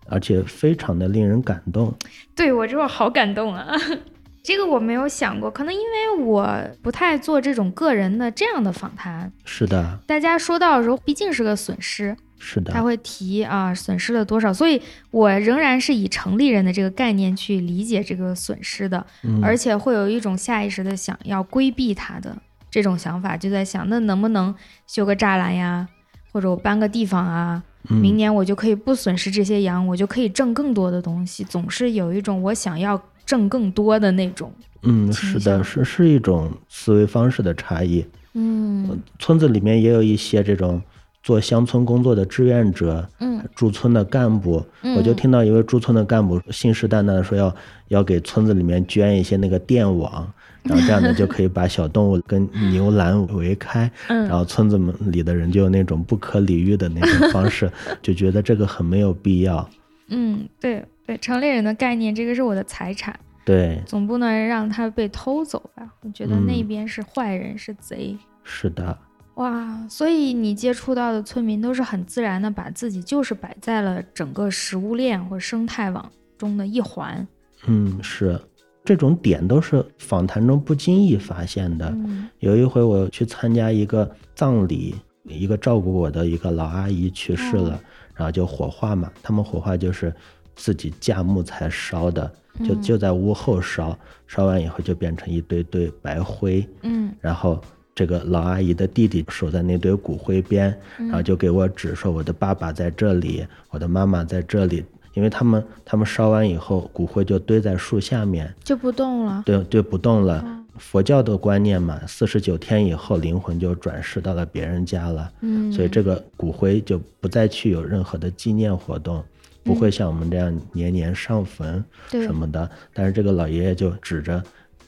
而且非常的令人感动。对我这会儿好感动啊！ 这个我没有想过，可能因为我不太做这种个人的这样的访谈。是的，大家说到的时候，毕竟是个损失，是的。他会提啊损失了多少，所以我仍然是以城里人的这个概念去理解这个损失的，嗯而且会有一种下意识的想要规避它的这种想法，就在想那能不能修个栅栏呀，或者我搬个地方啊，嗯明年我就可以不损失这些羊，我就可以挣更多的东西，总是有一种我想要挣更多的那种，嗯，倾是向的，是是一种思维方式的差异。嗯村子里面也有一些这种做乡村工作的志愿者，嗯，驻村的干部。我就听到一位驻村的干部信誓旦旦的说要要给村子里面捐一些那个电网，然后这样呢就可以把小动物跟牛栏围开，嗯然后村子们里的人就有那种不可理喻的那种方 式，就觉得这个很没有必要。嗯，对对，城里人的概念，这个是我的财产。对，总不能让他被偷走吧？我觉得嗯那边是坏人，是贼。是的，哇，所以你接触到的村民都是很自然的把自己就是摆在了整个食物链或生态网中的一环。嗯，是这种点都是访谈中不经意发现的。嗯有一回我去参加一个葬礼，一个照顾我的一个老阿姨去世了，然后就火化嘛，他们火化就是自己架木材烧的，就就在屋后烧，烧完以后就变成一堆堆白灰，嗯然后。这个老阿姨的弟弟守在那堆骨灰边，然后就给我指说我的爸爸在这里，我的妈妈在这里，因为他们他们烧完以后，骨灰就堆在树下面，就不动了。对对不动了。嗯佛教的观念嘛，四十九天以后灵魂就转世到了别人家了，嗯，所以这个骨灰就不再去有任何的纪念活动，不会像我们这样年年上坟对什么的。但是这个老爷爷就指着。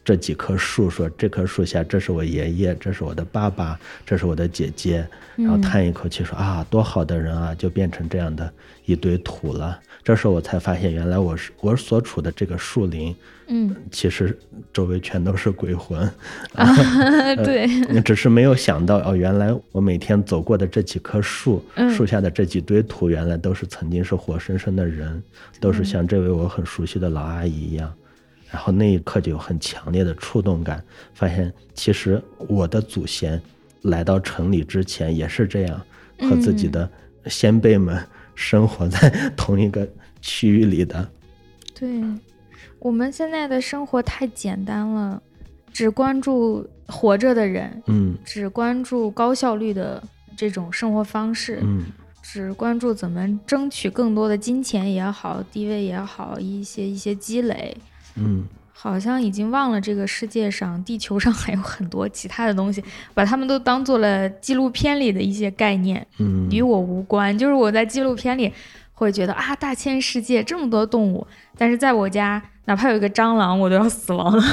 这几棵树说：“这棵树下，这是我爷爷，这是我的爸爸，这是我的姐姐。”嗯然后叹一口气说：“啊，多好的人啊，就变成这样的一堆土了。”这时候我才发现，原来我是我所处的这个树林，嗯，其实周围全都是鬼魂， 呃对，只是没有想到哦，原来我每天走过的这几棵树，嗯树下的这几堆土，原来都是曾经是活生生的人，都是像这位我很熟悉的老阿姨一样。然后那一刻就有很强烈的触动感，发现其实我的祖先来到城里之前也是这样，和自己的先辈们生活在同一个区域里的。 对，我们现在的生活太简单了，只关注活着的人，嗯只关注高效率的这种生活方式。嗯，只关注怎么争取更多的金钱也好，地位也好，一些一些积累，嗯，好像已经忘了这个世界上、地球上 还有很多其他的东西，把他们都当做了纪录片里的一些概念，嗯与我无关。就是我在纪录片里会觉得啊，大千世界这么多动物，但是在我家，哪怕有一个蟑螂，我都要死亡了。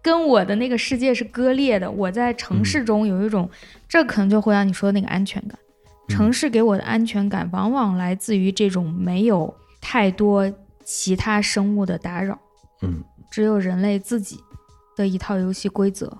跟我的那个世界是割裂的。我在城市中有一种，这可能就回到你说的那个安全感。城市给我的安全感往往来自于这种没有太多其他生物的打扰，嗯只有人类自己的一套游戏规则，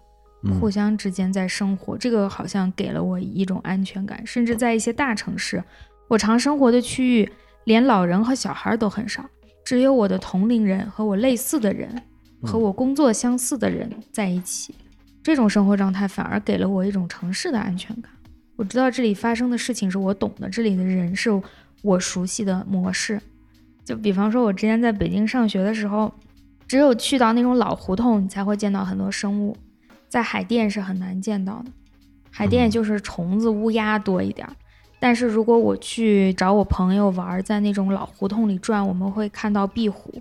嗯互相之间在生活，这个好像给了我一种安全感。甚至在一些大城市，我常生活的区域，连老人和小孩都很少，只有我的同龄人和我类似的人，和我工作相似的人在一起。这种生活状态反而给了我一种城市的安全感。我知道这里发生的事情是我懂的，这里的人是我熟悉的模式。就比方说，我之前在北京上学的时候，只有去到那种老胡同，你才会见到很多生物，在海淀是很难见到的。海淀就是虫子、乌鸦多一点儿，但是如果我去找我朋友玩儿，在那种老胡同里转，我们会看到壁虎，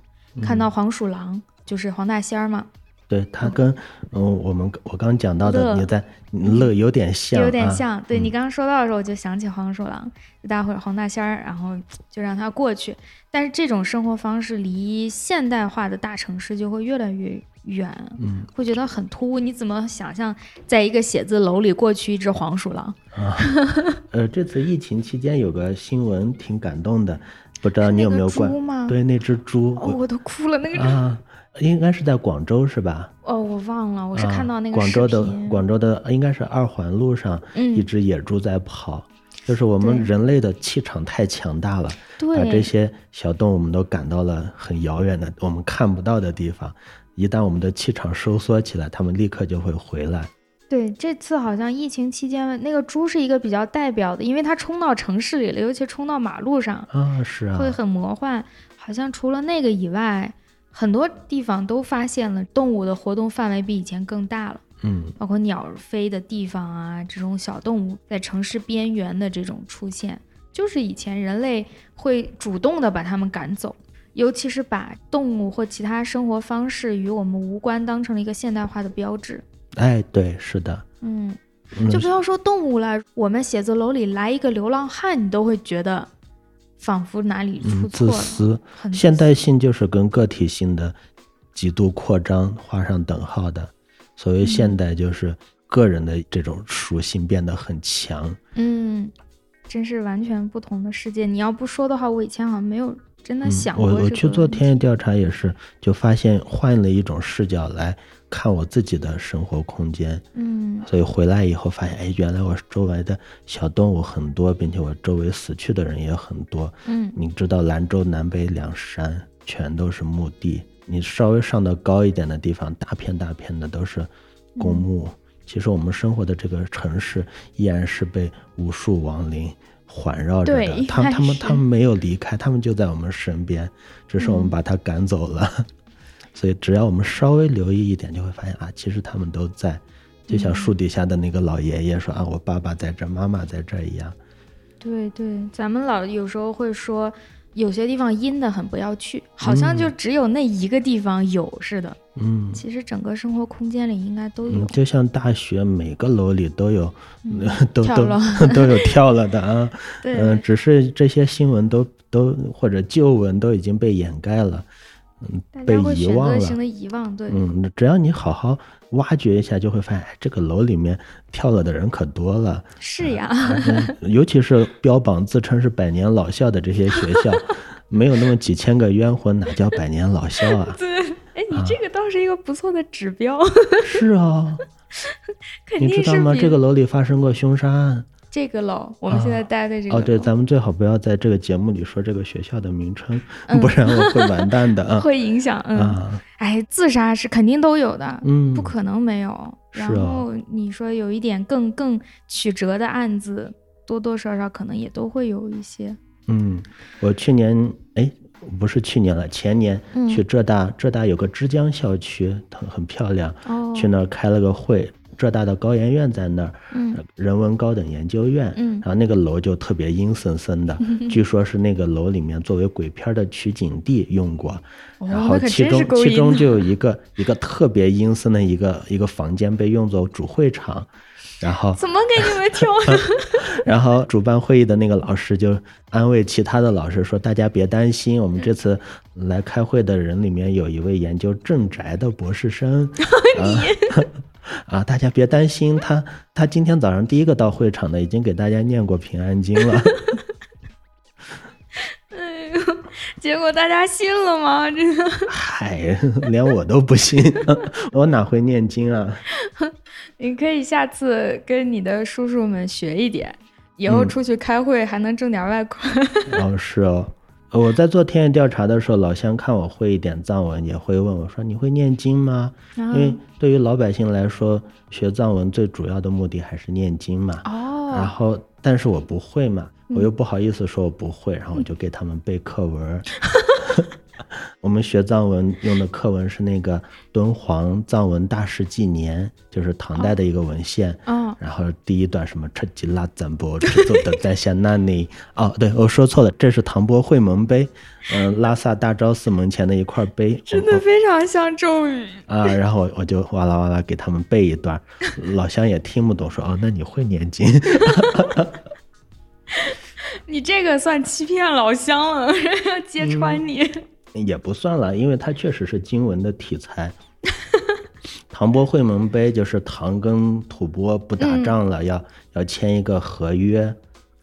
看到黄鼠狼，就是黄大仙儿嘛，对它跟嗯我们我刚讲到乐的你在乐有点像，有点啊像。对你刚刚说到的时候，我就想起黄鼠狼，就大伙儿黄大仙儿，然后就让它过去。但是这种生活方式离现代化的大城市就会越来越远，嗯会觉得很突兀。你怎么想象在一个写字楼里过去一只黄鼠狼？啊，呃，这次疫情期间有个新闻挺感动的，不知道你有没有是那个关猪吗？，对那只猪哦，我都哭了。那个、啊，应该是在广州是吧？哦，我忘了，我是啊看到那个广视州的频广州的应该是二环路上一嗯，只野猪在跑，就是我们对人类的气场太强大了，把啊这对，些小动物们都赶到了很遥远的我们看不到的地方。一旦我们的气场收缩起来，它们立刻就会回来。对，这次好像疫情期间，那个猪是一个比较代表的，因为它冲到城市里了，尤其冲到马路上，啊，是啊，会很魔幻。好像除了那个以外，很多地方都发现了动物的活动范围比以前更大了，嗯包括鸟儿飞的地方啊，这种小动物在城市边缘的这种出现，就是以前人类会主动的把它们赶走。尤其是把动物或其他生活方式与我们无关当成了一个现代化的标志，哎，对，是的，嗯，嗯就不要说动物了，我们写字楼里来一个流浪汉，你都会觉得仿佛哪里出嗯，错自了。嗯私。很现代性就是跟个体性的极度扩张画上等号的。所谓嗯现代，就是个人的这种属性变得很强。嗯，真是完全不同的世界。你要不说的话，我以前好像没有真的嗯想过、我这个我去做问题田野调查也是，就发现换了一种视角来看我自己的生活空间，嗯所以回来以后发现，哎，原来我周围的小动物很多，并且我周围死去的人也很多。嗯你知道兰州南北两山全都是墓地，你稍微上到高一点的地方，大片大片的都是公墓。嗯其实我们生活的这个城市依然是被无数亡灵环绕着对的，他们他应该们是他们没有离开，他们就在我们身边，只是我们把他赶走了。 所以只要我们稍微留意一点，就会发现啊，其实他们都在。就嗯像树底下的那个老爷爷说啊，我爸爸在这儿，妈妈在这儿一样。对对，咱们老有时候会说，有些地方阴的很，不要去，好像就只有那一个地方有似的。嗯，其实整个生活空间里应该都有嗯，。就像大学每个楼里都有，嗯 都跳都楼都有跳了的啊。 对，嗯、只是这些新闻都都或者旧闻都已经被掩盖了，嗯大，被家会遗选忘择性了。的遗忘，对，嗯，只要你好好挖掘一下，就会发现哎这个楼里面跳了的人可多 了，是呀。 嗯尤其是标榜自称是百年老校的这些学 校，没有那么几千个冤魂，哪叫百年老校 啊？对，哎，你这个倒是一个不错的指标，是啊，肯你定是知比道吗？这个楼里发生过凶杀案。这个楼，我们现在待的这个哦，对，楼咱们最好不要在这个节目里说这个学校的名称， 不然我会完 蛋的啊嗯会影响，嗯，啊！哎，自杀是肯定都有的，嗯不，可能没有。是然啊后你说有一点更更曲折的案子，多多少少可能也都会有一些，嗯，我去年哎，不是去年了，前年嗯去浙大，浙大有个之江校区，很很漂亮，哦，去那儿开了个会。浙大的高研院在那儿，嗯呃人文高等研究院，嗯然后那个楼就特别阴森森的，据说是那个楼里面作为鬼片的取景地用过，哦然后那可其真中是够其阴中的就有一个一个特别阴森的一个一个房间被用作主 会场，然后 怎么给你们 听？然后主办会议的那个老师就安慰其他的老师说：“大家别担心，我们这次来开会的人里面有一位研究正宅的博士生。啊” 啊，大家别担心，他他今天早上第一个到会场的已经给大家念过平安经了。哎呦，结果大家信了吗？这个，嗨，连我都不信， 我哪会念经啊？你可以下次跟你的叔叔们学一点，以后嗯出去开会还能挣点外快。哦，是哦。呃我在做田野调查的时候，老乡看我会一点藏文，也会问我说：“你会念经吗？”然因为对于老百姓来说，学藏文最主要的目的还是念经嘛。然哦，嗯后，但是我不会嘛，我又不好意思说我不会，然后我就给他们背课 文儿。我们学藏文用的课文是那个《敦煌藏文大事纪年》，就是唐代的一个文献。嗯，然后第一段什么赤吉拉赞波赤祖的在下那里哦，对我说错了，这是唐波会盟碑，嗯、拉萨大昭寺门前的一块碑， 真的非常像咒语。啊，然后我就哇啦哇啦给他们背一段，老乡也听不懂，说哦，那你会念经？ 你这个算欺骗老乡了， 揭嗯穿你。也不算了，因为它确实是经文的题 材。唐波会盟碑就是唐跟吐蕃不打嗯仗了，要要签一个合约。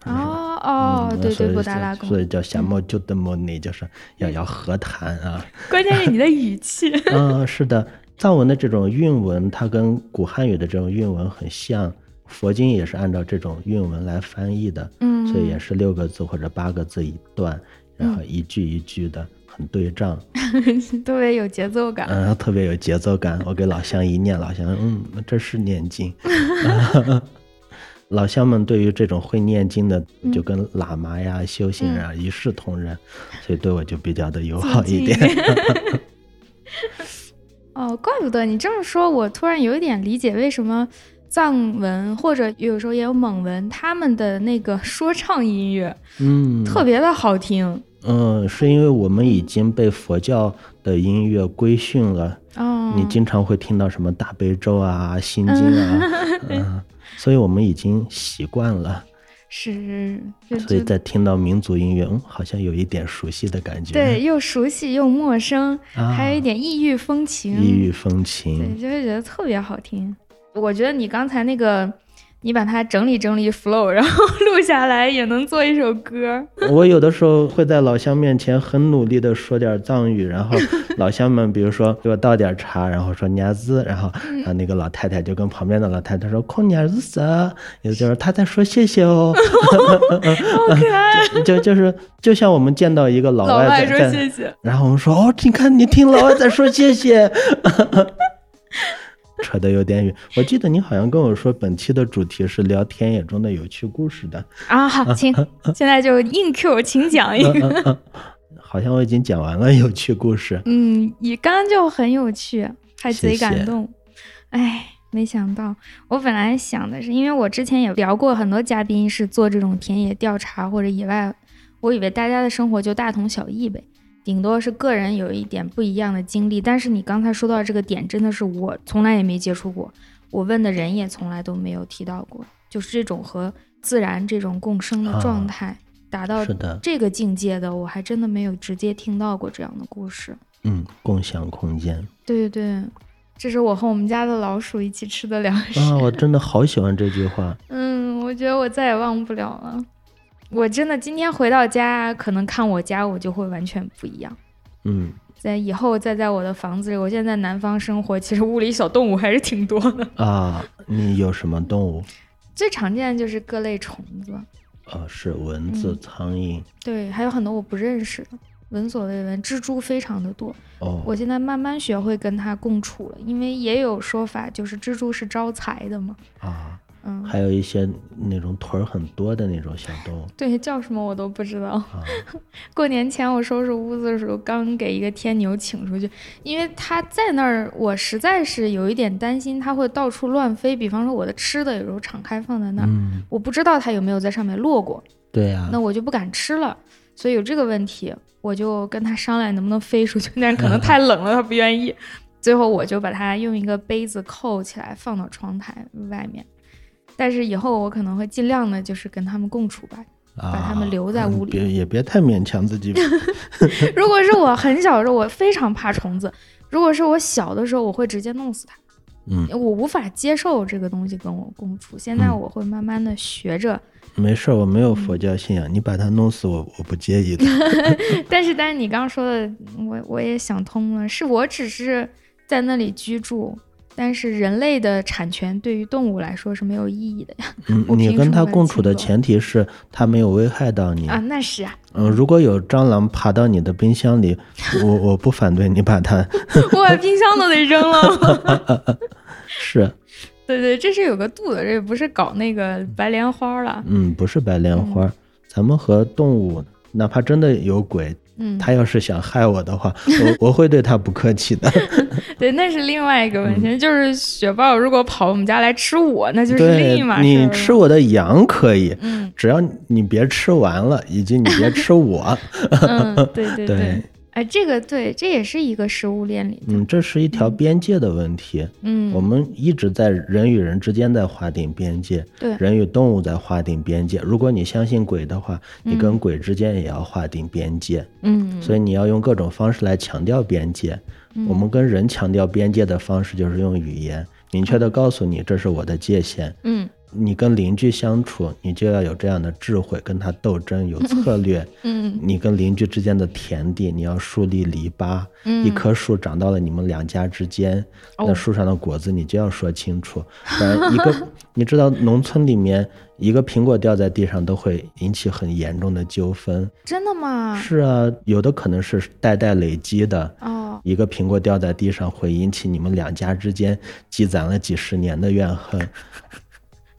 哦哦，嗯对所对，以布达拉就宫嗯所。以叫夏莫就的莫尼，就是要要和谈啊。 关键是你的语气。嗯，是的，藏文的这种韵文，它跟古汉语的这种韵文很像，佛经也是按照这种韵文来翻译的， 嗯所以也是六个字或者八个字一段，然后一句一句的。很对仗， 特别有节奏感。嗯， 特别有节奏感。我给老乡一念，老乡，嗯，这是念经。 老乡们对于这种会念经的，就跟喇嘛呀、修行人啊一视同仁，所以对我就比较的友好一 点。哦，怪不得你这么说，我突然有一点理解为什么藏文或者有时候也有蒙文，他们的那个 说唱音乐、嗯，特别的好听。嗯，是因为我们已经被佛教的音乐规训了，哦，你经常会听到什么大悲咒 啊、心经啊，嗯，所以我们已经习惯了，是就所以就再听到民族音乐，嗯，好像有一点熟悉的感觉，，对，又熟悉又陌生，啊还有一点异域风情。异域风对，情，就会觉得特别好听。我觉得你刚才那个，你把它整理整理 flow，然后录下来也能做一首歌。我有的时候会在老乡面前很努力的说点藏语，然后 老乡们比如说给我倒点茶，然后说尼亚兹，然后嗯啊那个老太太就跟旁边的老太太说空尼亚兹啥，也就是她在说谢谢哦。 就就是就像我们见到一个老老外外说在在，谢谢，然后我们说哦，你看你听老外在说谢谢， 扯得有点远。我记得你好像跟我说本期的主题是聊田野中的有趣故事的，啊，好，请现在就硬 Q，请讲一个。好像我已经讲完了有趣故事。嗯，你刚刚就很有趣，还谢贼感谢动。哎，没想到，我本来想的是，因为我之前也聊过很多嘉宾是做这种田野调查或者野外，我以为大家的生活就大同小异呗，顶多是个人有一点不一样的经历。但是你刚才说到这个点，真的是我从来也没接触过，我问的人也从来都没有提到过，就是这种和自然这种共生的状啊态。达到是的这个境界的，我还真的没有直接听到过这样的故事。嗯，共享空间对对对，这是我和我们家的老鼠一起吃的粮食。 啊，我真的好喜欢这句话。嗯，我觉得我再也忘不了了。我真的今天回到家，可能看我家，我就会完全不一样。嗯，在以后再在我的房子里，我现在在南方生活，其实屋里小动物还是挺多的。 啊，你有什么动物？最常见的就是各类虫子，呃，是蚊子、苍蝇。对，还有很多我不认识的，闻所未闻。蜘蛛非常的多，哦，我现在慢慢学会跟它共处了，因为也有说法就是蜘蛛是招财的嘛。啊，嗯，还有一些那种腿儿很多的那种小动物对，叫什么我都不知道。啊。过年前我收拾屋子的时候，刚给一个天牛请出去，因为它在那儿，我实在是有一点担心它会到处乱飞。比方说我的吃的有时候敞开放在那儿，嗯，我不知道它有没有在上面落过，对啊呀、那我就不敢吃了。所以有这个问题，我就跟它商量能不能飞出去，但是可能太冷了，它不愿意。最后我就把它用一个杯子扣起来，放到窗台外面。但是以后我可能会尽量的，就是跟它们共处吧，啊，把它们留在屋里嗯别也别太勉强自己。 如果是我很小的时候，我非常怕虫子；如果是我小的时候，我会直接弄死它。嗯我无法接受这个东西跟我共处。现在嗯我会慢慢的学着， 没事儿，我没有佛教信仰，你把它弄死我，我不 介意的。但是但是你刚刚说的，嗯我我也想通了，是我只是在那里居住，但是人类的产权对于动物来说是没有意义的呀。嗯，我你凭跟什它么共处的亲前提是它没有危害到你。啊，那是啊， 嗯，如果有蟑螂爬到你的冰箱里， 我我不反对你把它我把冰箱都得扔了。 是，对对，这是有个度的，这不是搞那个白莲花了。 嗯，不是白莲花，咱们和动物，哪怕真的有鬼，嗯，它要是想害我的话，我我 会对它不客气的。对，那是另外一个问题，就是雪豹如果跑我们家来吃我，那 就是另嗯对一码事儿你了吃，我的羊可以，嗯只要你别吃完了，以及你别 吃我。嗯，对 对对对，哎，这个对，这也是一个食物链里的，嗯，这是一条边界的问题。嗯，我们一直在人与人之间在划定边界，对人与动物在划定边界。如果你相信鬼的话，你嗯跟鬼之间也要划定边界，嗯，所以你要用各种方式来强调边界。我们跟人强调边界的方式就是用语言，明确的告诉你这是我的界限。嗯你跟邻居相处，你就要有这样的智慧，跟他斗争有策略。嗯你跟邻居之间的田地，你要树立篱笆，嗯，一棵树长到了你们两家之间，哦那树上的果子你就要说清楚。不然一 个，你知道农村里面一个苹果掉在地上都会引起很严重的纠纷。真的吗？是啊，有的可能是代代累积的。哦，一个苹果掉在地上，会引起你们两家之间积攒了几十年的怨恨。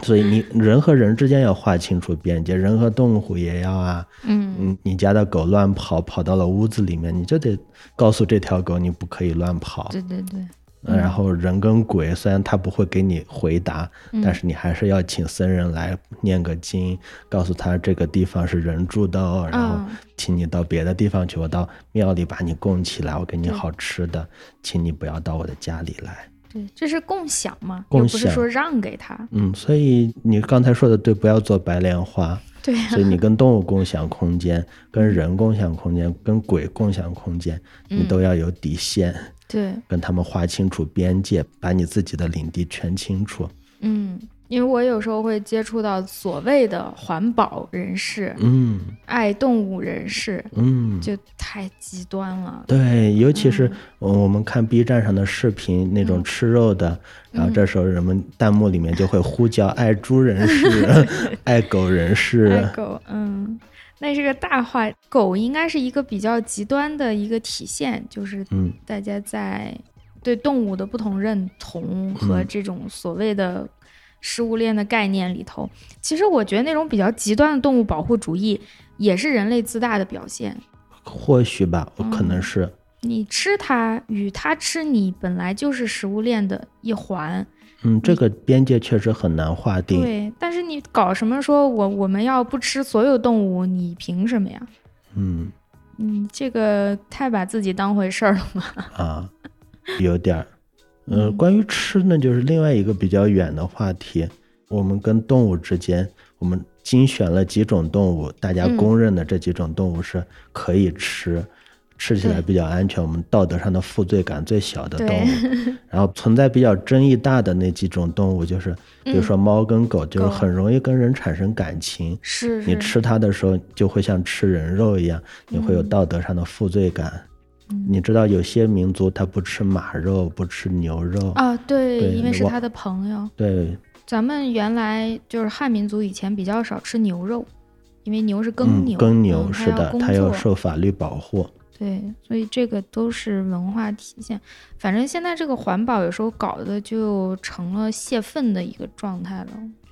所以你人和人之间要划清楚边界，人和动物也要啊。嗯，嗯，你家的狗乱跑，跑到了屋子里面，你就得告诉这条狗你不可以乱跑。对对对，嗯然后人跟鬼虽然它不会给你回答，嗯但是你还是要请僧人来念个经，告诉他这个地方是人住的哦，然后嗯请你到别的地方去，我到庙里把你供起来，我给你好吃的，请你不要到我的家里来。对，这是共享嘛，共又不是享说让给他，嗯，所以你刚才说的对，不要做白莲花。 对啊呀、所以你跟动物共享空间，跟人共享空间，跟鬼共享空间，你嗯都要有底线，对，跟他们划清楚边界，把你自己的领地圈清楚。嗯，因为我有时候会接触到所谓的环保人士、嗯爱动物人士，嗯，就太极端了。对，尤其嗯是呃我们看 B 站上的视频，那种吃肉的，嗯然后这时候人们弹幕里面就会呼叫爱猪 人士、爱狗人爱士。狗，嗯，那是个大话。狗应该是一个比较极端的一个体现，就是嗯大家在对动物的不同认同和这种所谓的食物链的概念里头，其实我觉得那种比较极端的动物保护主义也是人类自大的表现。或许吧，我可嗯能是。你吃它与它吃你本来就是食物链的一环，嗯，这个边界确实很难划定。对。但是你搞什么说我我们要不吃所有动物，你凭什么呀？嗯嗯，这个太把自己当回事儿了 嘛。啊，有点儿。呃，关于吃呢，就是另外一个比较远的话题。我们跟动物之间，我们精选了几种动物，大家嗯公认的这几种动物是可以吃，吃起来对比较安全，我们道德上的负罪感最小的动对物。然后存在比较争议大的那几种动物，就是比如说猫跟狗，就是狗很容易跟人产生感情。是你吃它的时候，就会像吃人肉一样，你会嗯有道德上的负罪感。你知道有些民族他不吃马肉，不吃牛肉，啊，对，对因为是我他的朋友。对，咱们原来就是汉民族以前比较少吃牛肉，因为牛是耕嗯牛，，耕牛、嗯是的，它要要工作。受法律保护。对，所以这个都是文化体现。反正现在这个环保有时候搞的就成了泄愤的一个状态了，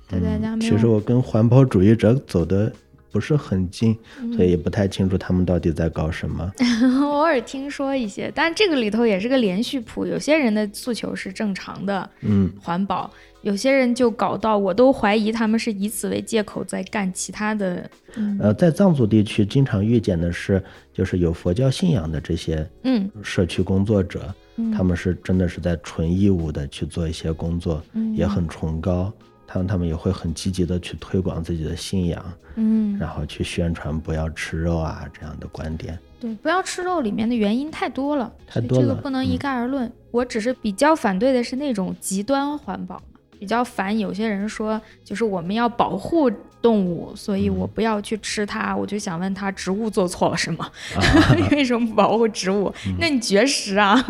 对大家没有。嗯其实我跟环保主义者走的不是很近，嗯所以也不太清楚他们到底在搞什么。 偶尔听说一些，但这个里头也是个连续谱，有些人的诉求是正常的， 嗯，环保，有些人就搞到我都怀疑他们是以此为借口在干其他的，嗯呃，在藏族地区经常遇见的是，就是有佛教信仰的这些嗯社区工作者，嗯他们是真的是在纯义务的去做一些工作，嗯也很崇高。他们他们也会很积极的去推广自己的信仰，嗯然后去宣传不要吃肉啊这样的观点。对，不要吃肉里面的原因太多了，太所以多这了嗯个不能一概而论。我只是比较反对的是那种极端环保嘛，比较烦有些人说就是我们要保护动物，所以嗯我不要去吃它。我就想问他，植物做错了是吗？啊 嗯为什么不保护植物？那你绝食啊！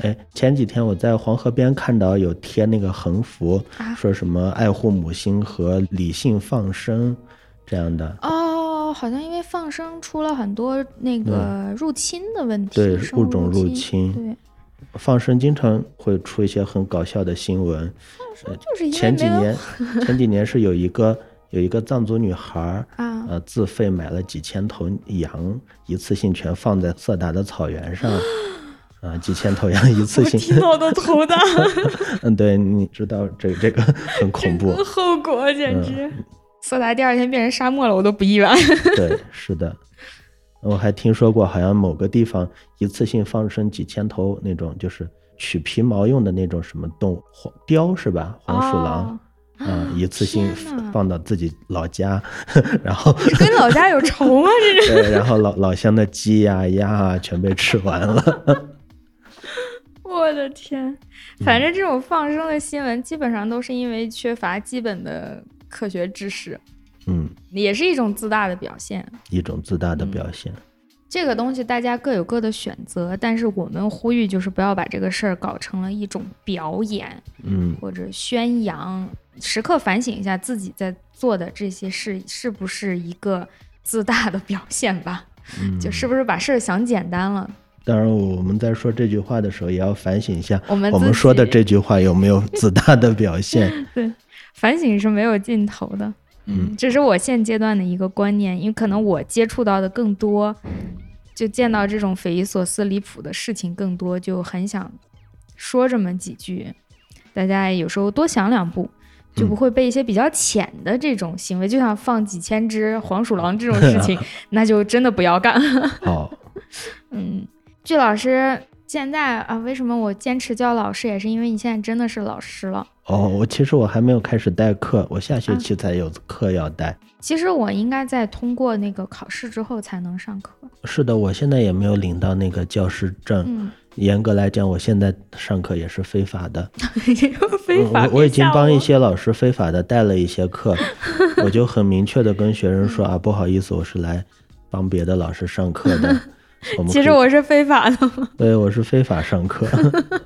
哎，前几天我在黄河边看到有贴那个横幅，啊说什么爱护母星和理性放生这样的。哦，好像因为放生出了很多那个入侵的问题，嗯对生物物种入侵对，放生经常会出一些很搞笑的新闻。就是因为前几没有年，前几年是有一个有一个藏族女孩儿，啊呃，自费买了几千头羊，一次性全放在色达的草 原上，啊，几千头羊一次我听性，到都头大， 嗯，对，你知道这 这个很恐怖，嗯后果简直。色达第二天变成沙漠了，我都不意外。对，是的。我还听说过，好像某个地方一次性放生几千头那种，就是取皮毛用的那种什么动物，黄雕是吧？黄鼠狼哦啊、一次性天哪放到自己老家， 然后你跟老家有仇吗？这是对，然后老老乡的鸡呀、鸭啊全被吃完 了。 我的天！嗯反正这种放生的新闻，基本上都是因为缺乏基本的科学知识，嗯，也是一种自大的表现。一种自大嗯的表现。这个东西大家各有各的选择，但是我们呼吁就是不要把这个事儿搞成了一种表演嗯，或者宣扬，时刻反省一下自己在做的这些事是不是一个自大的表现吧， 嗯就是不是把事儿想简单了。当然，我们在说这句话的时候，也要反省一下我们我自们己说的这句话有没有自大的表 现。反省是没有尽头的。嗯，这是我现阶段的一个观念，因为可能我接触到的更多，就见到这种匪夷所思、离谱的事情更多，就很想说这么几句。大家有时候多想两步，就不会被一些比较浅的这种行为，就像放几千只黄鼠狼这种事情，那就真的不要干。好，嗯， 据老师现在啊，为什么我坚持教老师，也是因为你现在真的是老师了。哦，我其实我还没有开始代课，我下学期才有课要带。其实我应该在通过那个考试之后才能上 课。是的，我现在也没有领到那个教师证。嗯，严格来讲，我现在上课也是非法的。非法嗯啊我我已经帮一一些老师非法的带了一 些课，我就很明确的跟学生说啊，不好意思，我是来帮别的老师上 课的。我们其实可以我是非法的。对我是非法上课，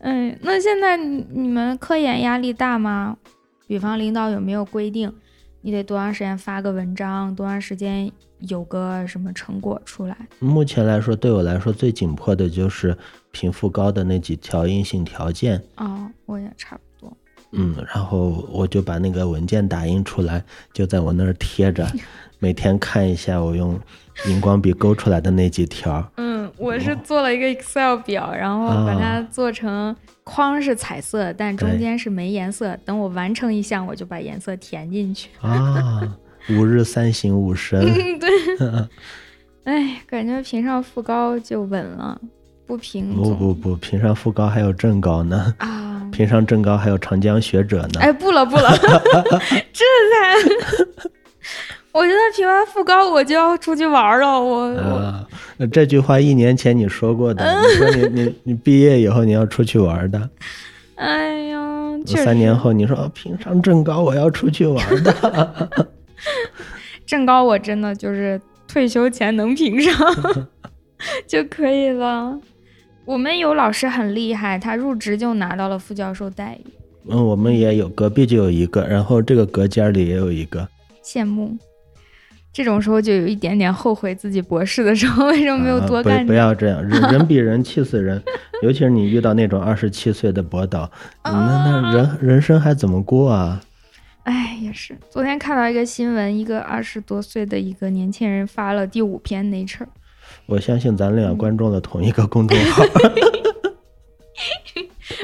嗯，那现在你你们科研压力大吗？比方领导有没有规定，你得多长时间发个文章，多长时间有个什么成果出来？目前来说对我来说最紧迫的就是贫富高的那几条硬性条件，哦，我也差不多。嗯，然后我就把那个文件打印出来，就在我那儿贴着，每天看一下我用荧光笔勾出来的那几条。嗯，我是做了一个 Excel 表，然后啊把它做成框是彩色，但中对间是没颜色。等我完成一项，我就把颜色填进去。啊，五日三省吾身，嗯，对。哎，感觉评上副高就稳了，不评不总不不，平上副高还有正高呢，啊。平上正高还有长江学者呢。哎，不了不了， 这才。 我觉得评完副高我就要出去玩儿了，我、我啊，那这句话一年前你说过的，你说你你你毕业以后你要出去玩的，哎呀，确三实年后你说啊平上正高我要出去玩 的，正高我真的就是退休前能评 上就可以了。我们有老师很厉害，他入职就拿到了副教授待遇，嗯，我们也有隔壁就有一个，然后这个隔间里也有一个，羡慕。这种时候就有一点点后悔自己博士的时候为什么嗯没有啊多不干不点要这样，人人比人气死人，尤其是你遇到那种二十七岁的博导，啊你那那人人生还怎么过啊？哎，也是。昨天看到一个新闻，一个二十多岁的一个年轻人发了第五篇 Nature，我相信咱俩关注了同一个公众 号。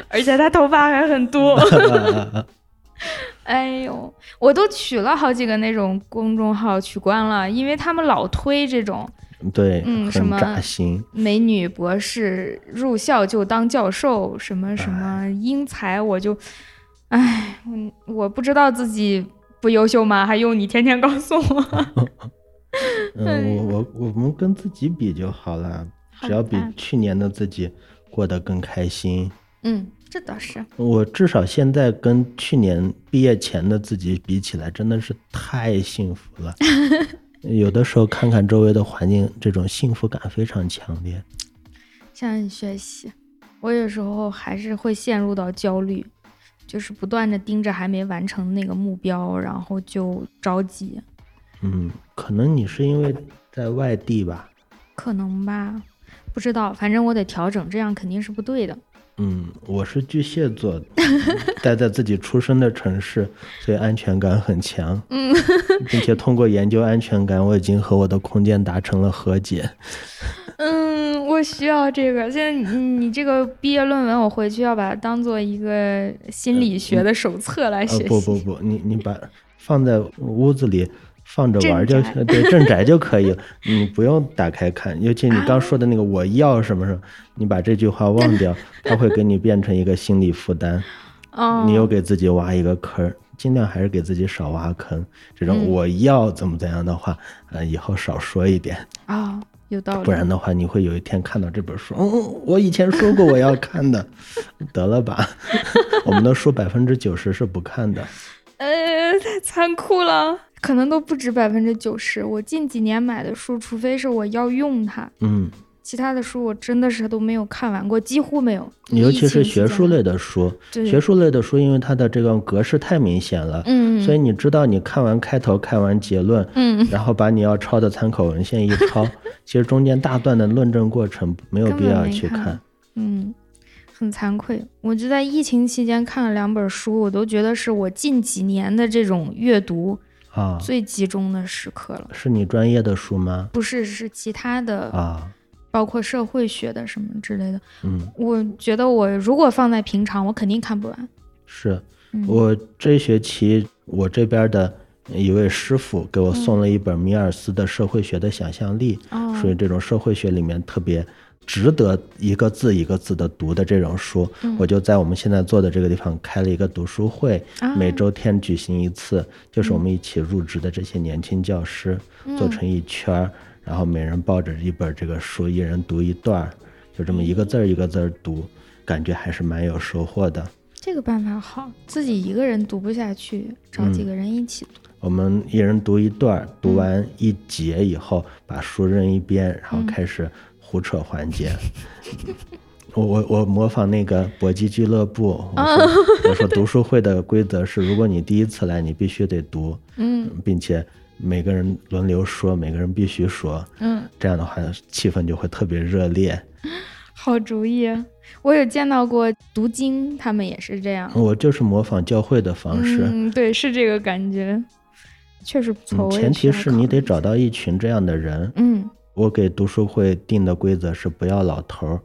而且他头发还很多。 哎呦，我都取了好几个那种公众号取关了，因为他们老推这种对，嗯什很么扎心。美女博士入校就当教授，什么什么英才，我就，哎，我我不知道自己不优秀吗？还用你天天告诉我？嗯，我我我们跟自己比就好了，只要比好吧去年的自己过得更开心。嗯，这倒是，我至少现在跟去年毕业前的自己比起来，真的是太幸福了。有的时候看看周围的环境，这种幸福感非常强烈。向你学习。我有时候还是会陷入到焦虑，就是不断的盯着还没完成那个目标，然后就着急，嗯，可能你是因为在外地吧。可能吧，不知道，反正我得调整，这样肯定是不对的。嗯，我是巨蟹座，待在自己出生的城市，所以安全感很强。嗯，并且通过研究安全感，我已经和我的空间达成了和解。嗯，我需要这个。现在你你这个毕业论文，我回去要把它当做一个心理学的手册来呃学习。，不不不，你你把放在屋子里放着玩儿就镇行，对，镇宅就可以了，你不用打开看。尤其你刚说的那个我要什么什么，你把这句话忘 掉，它会给你变成一个心理负担，哦，你又给自己挖一个坑儿。尽量还是给自己少挖坑，这嗯种我要怎么怎样的话，呃，以后少说一点，啊、有道理。不然的话，你会有一天看到这本书，嗯，我以前说过我要看的， 得了吧， 我们的书百分之九十是不看的，呃，太残酷了，可能都不止百分之九十。我近几年买的书，除非是我要用它，嗯，其他的书我真的是都没有看完过，几乎没有。尤其是疫情期间学术，类的书，对学术类的书，因为它的这个格式太明显了，嗯，所以你知道，你看完开头，看完结论，嗯，然后把你要抄的参考文献一 抄，其实中间大段的论证过程没有根必本要没去看看。嗯，很惭愧，我就在疫情期间看了两本书，我都觉得是我近几年的这种阅读啊。最集中的时刻了。是你专业的书吗？不是，是其他的，啊，包括社会学的什么之类的。嗯，我觉得我如果放在平常，我肯定看不完。是嗯我这学期我这边的一位师傅给我送了一本米尔斯的《社会学的想象力》，嗯哦属于这种社会学里面特别值得一个字一个字的读的这种书。嗯我就在我们现在做的这个地方开了一个读书会，啊嗯每周天举行一次，就是我们一起入职的这些年轻教师、做成一圈儿，然后每人抱着一本这个书，一人读一段儿，就这么一个字儿一个字儿读，感觉还是蛮有收获的。这个办法好，自己一个人读不下去，找嗯几个人一起读。我们一人读一段儿，读完一节以后，把书扔一边，然后开始胡扯环 节。我我我模仿那个搏击俱乐部， 我说我说读书会的规则是，如果你第一次来，你必须得读，嗯并且每个人轮流说，每个人必须说，嗯，这样的话气氛就会特别热烈。好主意。啊我有见到过读经，他们也是这样。我就是模仿教会的方式，嗯，对，是这个感觉，确实不错。嗯我也前需提要是考你虑得一下找到一群这样的人，嗯我给读书会定的规则是不要老头儿，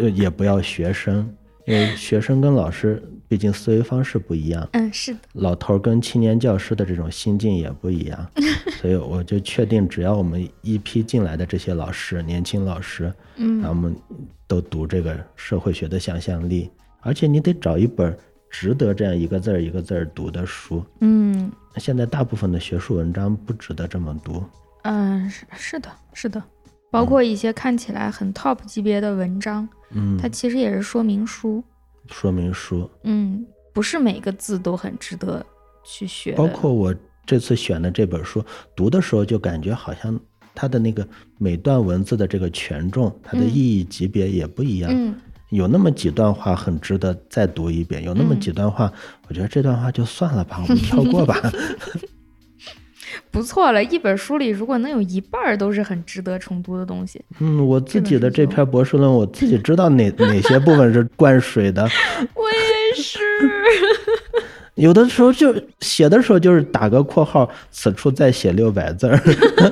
呃也不要学生，因为学生跟老师毕竟思维方式不一样，嗯，是的，老头儿跟青年教师的这种心境也不一样，所以我就确定，只要我们一批进来的这些老师，年轻老师，嗯他们都读这个社会学的想象力，而且你得找一本值得这样一个字儿一个字儿读的书。嗯现在大部分的学术文章不值得这么读，嗯、是是的，是的，包括一些看起来很 top 级别的文章，嗯，它其实也是说明书，说明书。嗯，不是每个字都很值得去学的，包括我这次选的这本书，读的时候就感觉好像它的那个每段文字的这个权重，它的意义级别也不一样。嗯有那么几段话很值得再读一遍，有那么几段话，我觉得这段话就算了吧，我们跳 过吧。不错了。一本书里如果能有一半儿都是很值得重读的东西，嗯，我自己的这本书这就篇博士论，我自己知道哪 哪些部分是灌水的，我也是，有的时候就写的时候就是打个括号，此处再写六百字儿，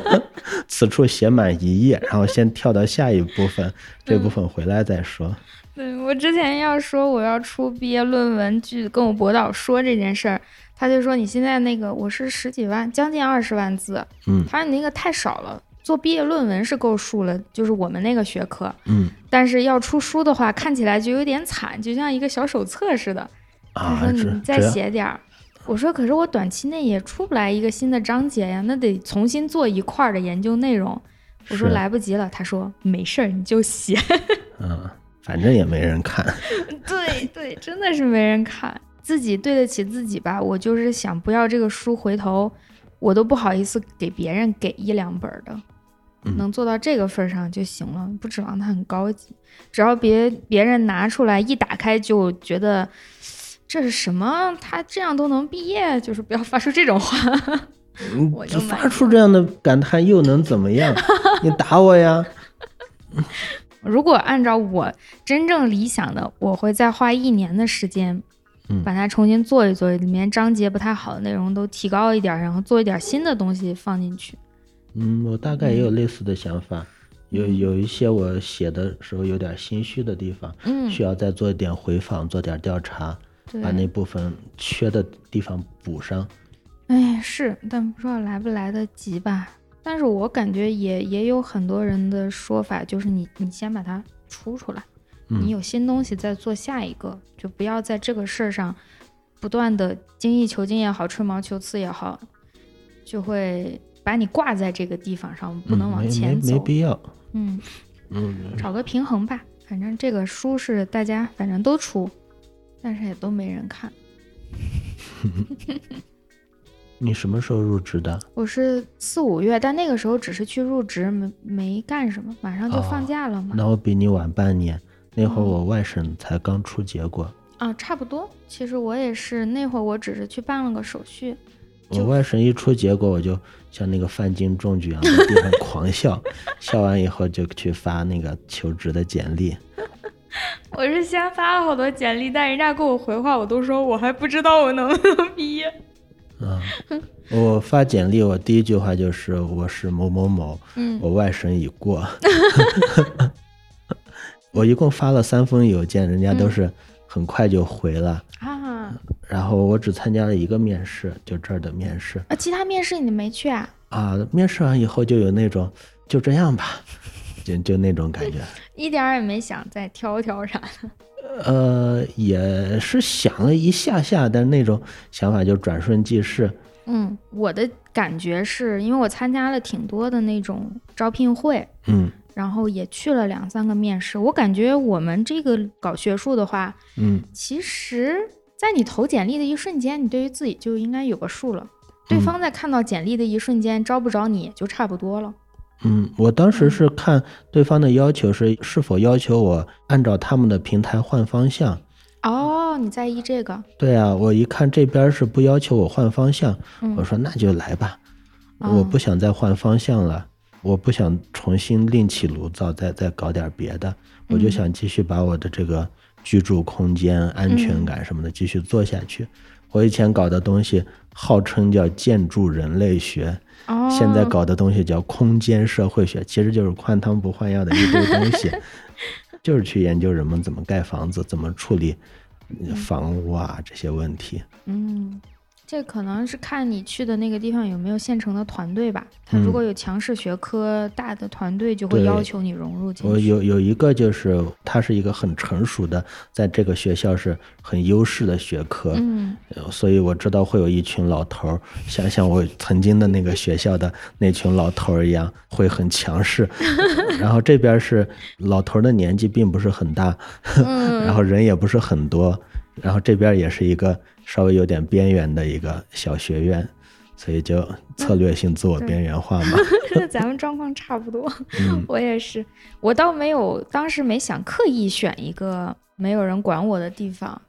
此处写满一页，然后先跳到下一部分，这嗯部分回来再说。对我之前要说我要出毕业论文，去跟我博导说这件事儿，他就说你现在那个我是十几万，将近二十万字，嗯他说你那个太少了。做毕业论文是够数了，就是我们那个学科，嗯但是要出书的话，看起来就有点惨，就像一个小手册似的。他啊说，只你再只要写点儿，我说可是我短期内也出不来一个新的章节呀，那得重新做一块儿的研究内容。我说是来不及了，他说没事儿，你就写。嗯，反正也没人看。 对对，真的是没人看，自己对得起自己吧。我就是想不要这个书，回头我都不好意思给别人给一两本儿的，嗯能做到这个份儿上就行了，不指望它很高级，只要别别人拿出来一打开就觉得这是什么，他这样都能毕业，就是不要发出这种话。嗯我就，买发出这样的感叹又能怎 么样？你打我呀？如果按照我真正理想的，我会再花一年的时间，嗯把它重新做一做，里面章节不太好的内容都提高一点儿，然后做一点儿新的东西放进去。嗯，我大概也有类似的想法，有有一些我写的时候有点心虚的地方，嗯，需要再做一点回访，做点调查，对把，那部分缺的地方补上。哎，是，但不知道来不来得及吧。但是我感觉也也有很多人的说法，就是你你先把它出出来，你嗯有新东西再做下一个，就不要在这个事儿上不断的精益求精也好，吹毛求疵也好，就会把你挂在这个地方上，不能嗯往没前没没走。必要。嗯，嗯，找个平衡吧。反正这个书是大家反正都出，但是也都没人看。你什么时候入职的？我是四五月，但那个时候只是去入职，没没干什么，马上就放假了嘛。那我比你晚半年，那会儿哦我外甥才刚出结果，啊，差不多。其实我也是那会儿，我只是去办了个手续。我就外甥一出结果，我就像那个范进中举一样，在地上狂笑， 笑完以后就去发那个求职的简历。我是先发了好多简历，但人家给我回话，我都说我还不知道我能 不能毕业。 啊，我发简历，我第一句话就是我是某某某，嗯我外甥已过。 我一共发了三封邮件，人家都是很快就回了。啊然后我只参加了一个面试，就这儿的面试啊，其他面试你没去啊？啊。面试完以后就有那种就这样吧， 就就那种感觉。一点儿也没想再挑挑啥。呃，也是想了一下下，但那种想法就转瞬即逝。嗯，我的感觉是因为我参加了挺多的那种招聘会，嗯然后也去了两三个面试。我感觉我们这个搞学术的话，嗯，其实，在你投简历的一瞬间，你对于自己就应该有个数了。嗯对方在看到简历的一瞬间，招不招你也就差不多了。嗯，我当时是看对方的要求是是否要求我按照他们的平台换方向。哦，你在意这个？对啊，我一看这边是不要求我换方向，嗯我说那就来吧，嗯我不想再换方向了，我不想重新另起炉灶，再再搞点别的，我就想继续把我的这个居住空间、安全感什么的继续做下去。我以前搞的东西号称叫建筑人类学，哦，现在搞的东西叫空间社会学，其实就是换汤不换药的一堆东西，就是去研究人们怎么盖房子，怎么处理呃房屋啊这些问题。嗯，这可能是看你去的那个地方有没有现成的团队吧。他嗯如果有强势学科、大的团队，就会对要求你融入进我去。有有一个就是，它是一个很成熟的，在这个学校是很优势的学科，嗯，呃所以我知道会有一群老头儿，像像我曾经的那个学校的那群老头儿一样，会很强势。 然后这边是老头儿的年纪并不是很大， 然后人也不是很多，然后这边也是一个稍微有点边缘的一个小学院，所以就策略性自我对边缘化嘛。跟咱们状况差不多。 嗯我也是，我倒没有，当时没想刻意选一个没有人管我的地方。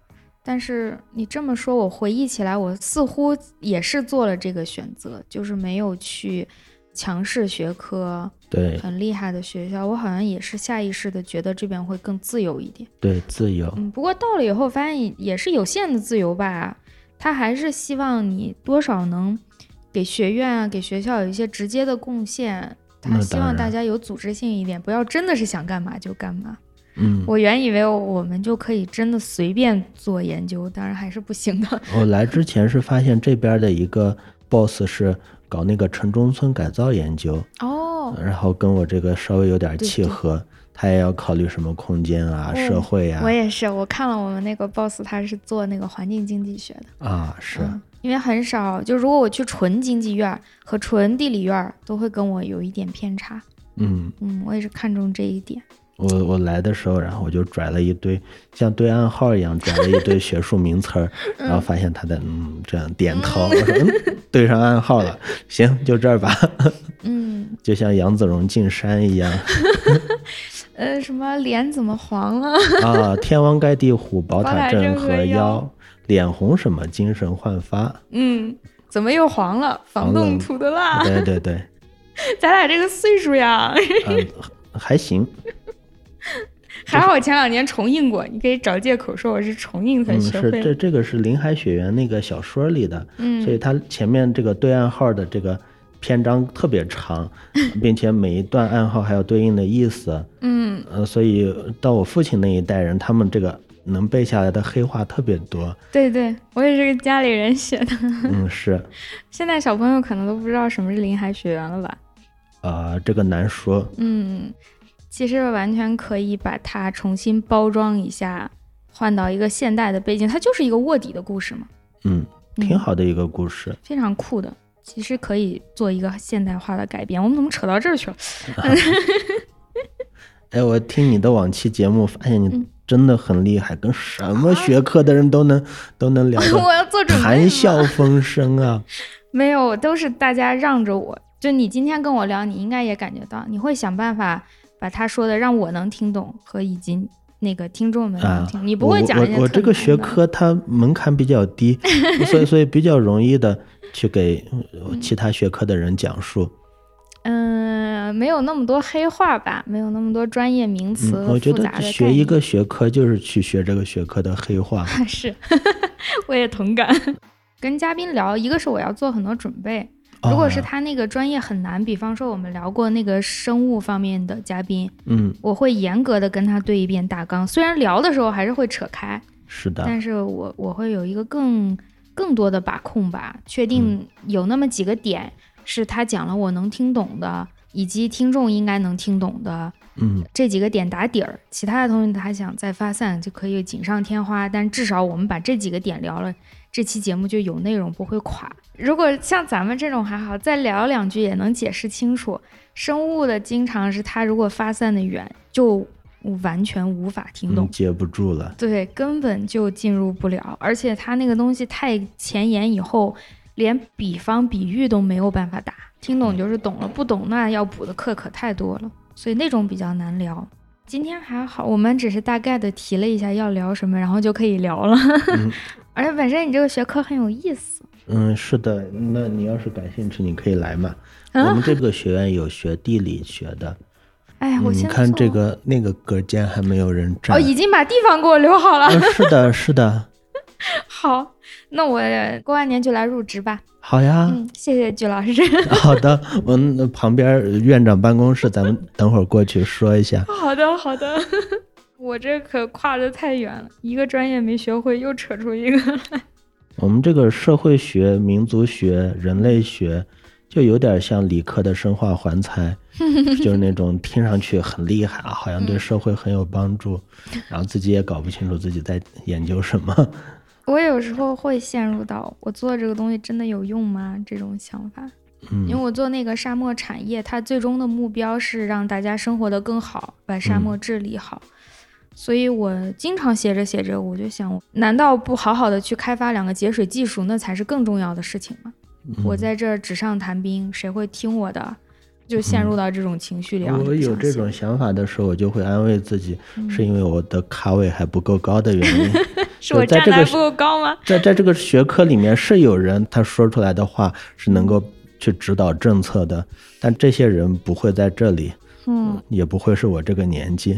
但是你这么说，我回忆起来，我似乎也是做了这个选择，就是没有去强势学科对很厉害的学校。我好像也是下意识的觉得这边会更自由一点。对，自由。嗯，不过到了以后发现也是有限的自由吧，他还是希望你多少能给学院啊、给学校有一些直接的贡献。那他当希望大然家有组织性一点，不要真的是想干嘛就干嘛。嗯，我原以为我们就可以真的随便做研究，当然还是不行的。我来之前是发现这边的一个 boss 是搞那个城中村改造研究， 哦，然后跟我这个稍微有点对契对合，他也要考虑什么空间啊、嗯社会啊我也是，我看了我们那个 boss，他是做那个环境经济学的。啊是。嗯因为很少，就如果我去纯经济院儿和纯地理院儿，都会跟我有一点偏差。嗯，嗯，我也是看重这一点。我我来的时候，然后我就拽了一堆像对暗号一样拽了一堆学术名词 儿，然后发现他在嗯这样点头，我说嗯对上暗号了，行就这儿吧，嗯，就像杨子荣进山一样呃，什么脸怎么黄了？ 啊，天王盖地虎，宝宝塔塔镇镇河河妖妖，脸红什么精神焕发，嗯，怎么又黄了？黄房了东涂的蜡。 对对对，咱俩这个岁数呀， 嗯、还行，还好我前两年重映过，你可以找借口说我是重映才嗯，学是会这的。这个是林海雪原那个小说里的，嗯所以它前面这个对暗号的这个篇章特别长，并且每一段暗号还有对应的意思，嗯呃，所以到我父亲那一代人，他们这个能背下来的黑话特别多，对对，我也是跟家里人写的。 嗯，是，现在小朋友可能都不知道什么是林海雪原了吧？呃，这个难说，嗯，其实完全可以把它重新包装一下，换到一个现代的背景，它就是一个卧底的故事嘛，嗯，嗯挺好的一个故事，非常酷的。其实可以做一个现代化的改编。我们怎么扯到这儿去了？哎，我听你的往期节目，发现你嗯真的很厉害，跟什么学科的人都能都能聊 我得要做准备。谈笑风生啊，没有，都是大家让着我。就你今天跟我聊，你应该也感觉到，你会想办法把他说的让我能听懂和以及那个听众们能啊嗯听。你不会讲我一些我我特这个难学的科它门槛比较低， 所以所以比较容易的去给呃其他学科的人讲述。嗯，没有那么多黑话吧，没有那么多专业名词嗯，和我觉复得杂的、概学一念个学科就是去学这个学科的 黑话。是，我也同感。跟嘉宾聊，一个是我要做很多准备，如果是啊他那个专业很难，比方说我们聊过那个生物方面的嘉宾，嗯，我会严格的跟他对一遍大纲，虽然聊的时候还是会扯开，是的，但是我我会有一个更更多的把控吧，确定有那么几个点是他讲了我能听懂的，以及听众应该能听懂的嗯这几个点打底儿，其他的东西他想再发散就可以锦上添花，但至少我们把这几个点聊了，这期节目就有内容不会垮。如果像咱们这种还好，再聊两句也能解释清楚。生物的经常是他如果发散的远，就完全无法听懂嗯，。接不住了。对，根本就进入不了，而且他那个东西太前沿，以后连比方比喻都没有办法打，听懂就是懂了，不懂那要补的课可太多了，所以那种比较难聊。今天还好，我们只是大概的提了一下要聊什么，然后就可以聊了。嗯而且本身你这个学科很有意思，嗯，是的，那你要是感兴趣，你可以来嘛。啊我们这个学院有学地理学的， 哎呀，我嗯你现在看做这个那个隔间还没有人占哦，。已经把地方给我留好了。嗯是的，是的， 好，那我过完年就来入职吧。好呀。嗯，谢谢鞠老师。 好的，我们旁边院长办公室，咱们等会儿过去说一下。好的，好的。 我这可跨得太远了，一个专业没学会，又扯出一个。 我们这个社会学、民族学、人类学，就有点像理科的生化环材，就是那种听上去很厉害啊，好像对社会很有帮助，然后自己也搞不清楚自己在研究什么。我有时候会陷入到我做这个东西真的有用吗这种想法，因为嗯我做那个沙漠产业，它最终的目标是让大家生活得更好，把沙漠嗯治理好。所以我经常写着写着，我就想，难道不好好的去开发两个节水技术，那才是更重要的事情吗？嗯我在这儿纸上谈兵，谁会听我的？就陷入到这种情绪里。然后就嗯我不有想这写种想法的时候，我就会安慰自己，嗯是因为我的咖位还不够高的原因。是我在站得这个还是不够高吗？在在这个学科里面是有人他说出来的话是能够去指导政策的，但这些人不会在这里，嗯，也不会是我这个年纪。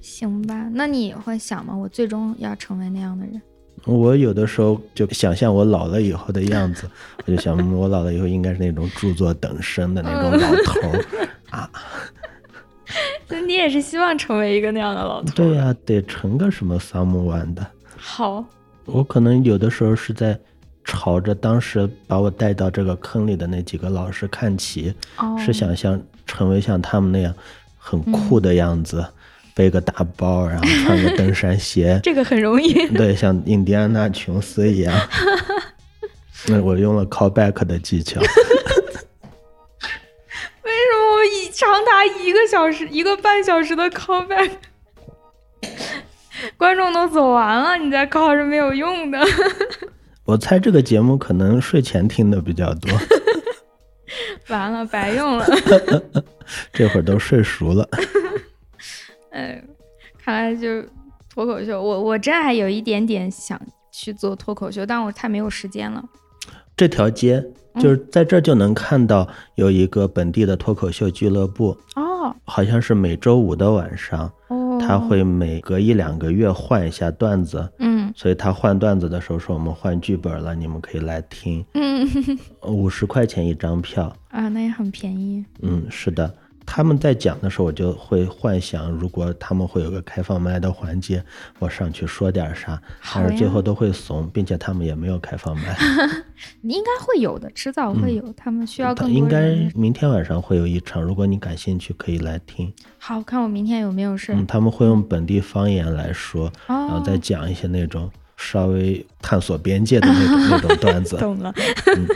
行吧。那你会想吗？我最终要成为那样的人？我有的时候就想象我老了以后的样子，我就想嗯我老了以后应该是那种著作等身的那种老头儿。 那你也是希望成为一个那样的老头？对呀、得成个什么 someone 的。哦好，我可能有的时候是在朝着当时把我带到这个坑里的那几个老师看齐，哦，嗯是 想像成为像他们那样很酷的样子，背个大 ，包，然后穿个登山鞋这个很容易。 对，像印第安纳琼斯一样。那我用了 callback 的技巧，为什么我以长达一个小时、一个半小时的 callback，观众都走完了，你再 call 是没有用的。 我猜这个节目可能睡前听的比较多，完了，白用了。 这会儿都睡熟了。哎，看来就是脱口秀，我我这还有一点点想去做脱口秀，但我太没有时间了。这条街嗯就是在这儿就能看到有一个本地的脱口秀俱乐部，哦好像是每周五的晚上，哦，他会每隔一两个月换一下段子，嗯所以他换段子的时候说我们换剧本了，你们可以来听，呃嗯五十块钱一张票。啊，那也很便宜。嗯，是的。他们在讲的时候，我就会幻想，如果他们会有个开放麦的环节，我上去说点啥，好但是最呀后都会怂，并且他们也没有开放麦。你应该会有的，迟早会有。他 们需要他更嗯应多该人。明天晚上会有一场，如果你感兴趣，可以来听。好看我明天有没有事。嗯，他们会用本地方言来说，然后哦，再讲一些那种稍微探索边界的 那种那种段子。懂了。 嗯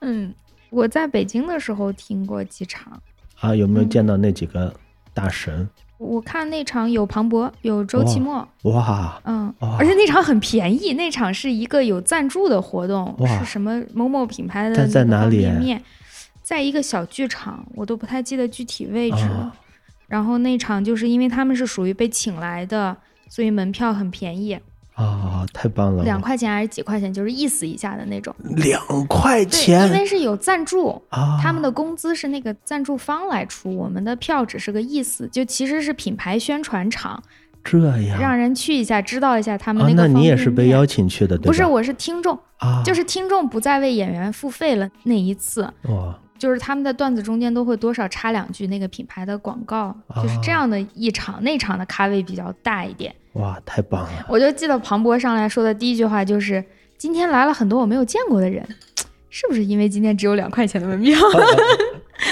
嗯，我在北京的时候听过几场，啊，有没有嗯见到那几个大神？我看那场有庞博，有周奇墨，哇，嗯，哇而且那场很便宜，那场是一个有赞助的活动，哇是什么某某品牌的在那个在哪方里便面，在一个小剧场，我都不太记得具体位置了。啊然后那场就是因为他们是属于被请来的，所以门票很便宜，啊，太棒了！两块钱还是几块钱，就是意思一下的那种。两块对，因为是有赞助，啊！他们的工资是那个赞助方来出，我们的票只是个意思，就其实是品牌宣传场，这样让人去一下，知道一下他们啊，个、那你也是被邀？请去的，对吧？不是，我是听众，啊，就是听众不再为演员付费了那一次，哇，就是他们的段子中间都会多少插两句那个品牌的广告，就是啊这样的一场，那场的咖位比较大一点。哇，太棒了！我就记得庞博上来说的第一句话就是：“今天来了很多我没有见过的人，是不是因为今天只有两块钱的门票？”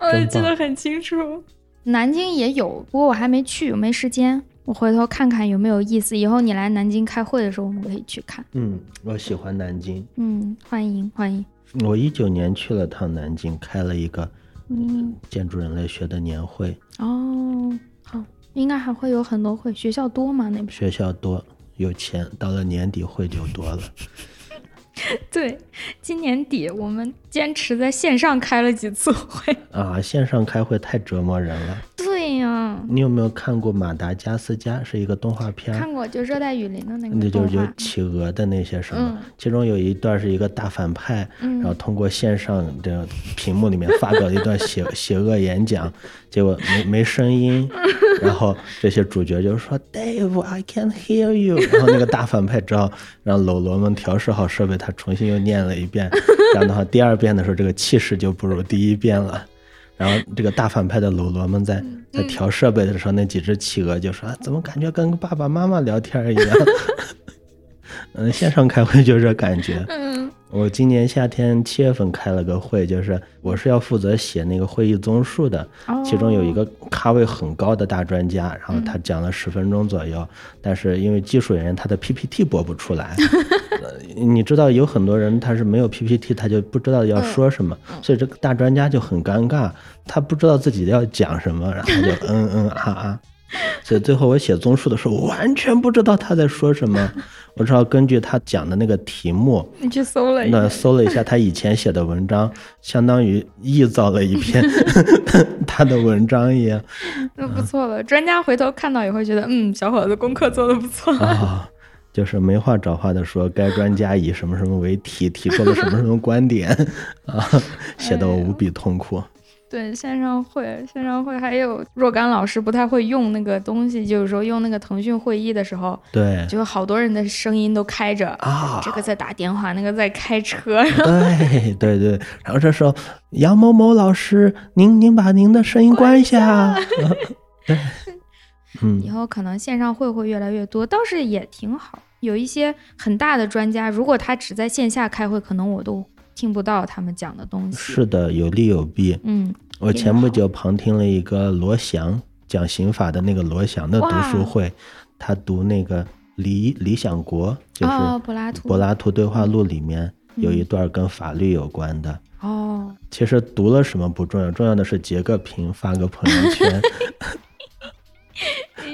我真棒记得很清楚。南京也有，不过我还没去，没时间。我回头看看有没有意思。以后你来南京开会的时候，我们可以去看。嗯，我喜欢南京。嗯，欢迎欢迎。我一九年去了趟南京，开了一个嗯，建筑人类学的年会，哦，好，应该还会有很多会。学校多吗？那边？学校多有钱，到了年底会就多了。对，今年底我们坚持在线上开了几次会。啊，线上开会太折磨人了。对呀、你有没有看过《马达加斯加》？是一个动画片儿，看过就热带雨林的那嗯那个就动有画，企鹅的那些什么嗯，其中有一段是一个大反派，嗯然后通过线上的屏幕里面发表了一段 邪邪恶演讲，结果没没声音，嗯然后这些主角就说 Dave，I can't hear you，然后那个大反派只好让喽啰们调试好设备，他重新又念了 一遍，这样的话第二遍的时候这个气势就不如第一遍了。然后这个大反派的喽啰们在嗯在调设备的时候，那几只企鹅就说、啊：“怎么感觉跟爸爸妈妈聊天一样？”嗯，线上开会就这感觉。嗯我今年夏天七月份开了个会，就是我是要负责写那个会议综述的，哦其中有一个咖位很高的大专家，然后他讲了十分钟左右，但是因为技术原因，他的 PPT 播不出来。呃你知道有很多人他是没有 PPT，他就不知道要说什么，所以这个大专家就很尴尬，他不知道自己要讲什么，然后就嗯嗯啊啊。所以最后我写综述的时候，完全不知道他在说什么，我只好根据他讲的那个题目，你去搜了一下那搜了一下他以前写的文章，相当于臆造了一 篇他的文章一样那嗯不错了。 专家回头看到也会觉得，嗯，小伙子功课做的不错。啊，就是没话找话的说，该专家以什么什么为题提出了什么什么观点啊，写的我无比痛苦。对，线上会，线上会还有若干老师不太会用那个东西，就是说用那个腾讯会议的时候，对就有好多人的声音都开着，啊，这个在打电话，那个在开车。对对对，然后这时候杨某某老师，您您把您的声音关一下。对，嗯以，后可能线上会会越来越多，倒是也挺好。有一些很大的专家，如果他只在线下开会，可能我都听不到他们讲的东西。 是的，有利有弊。嗯，我挺前不好久旁听了一个罗翔讲刑法的那个罗翔的读哇书会，他读那个理理想国，就是哦，柏拉图嗯柏拉图对话录里面有一段跟法律有关的。哦，其实读了什么不重要，重要的是截个屏发个朋友 圈，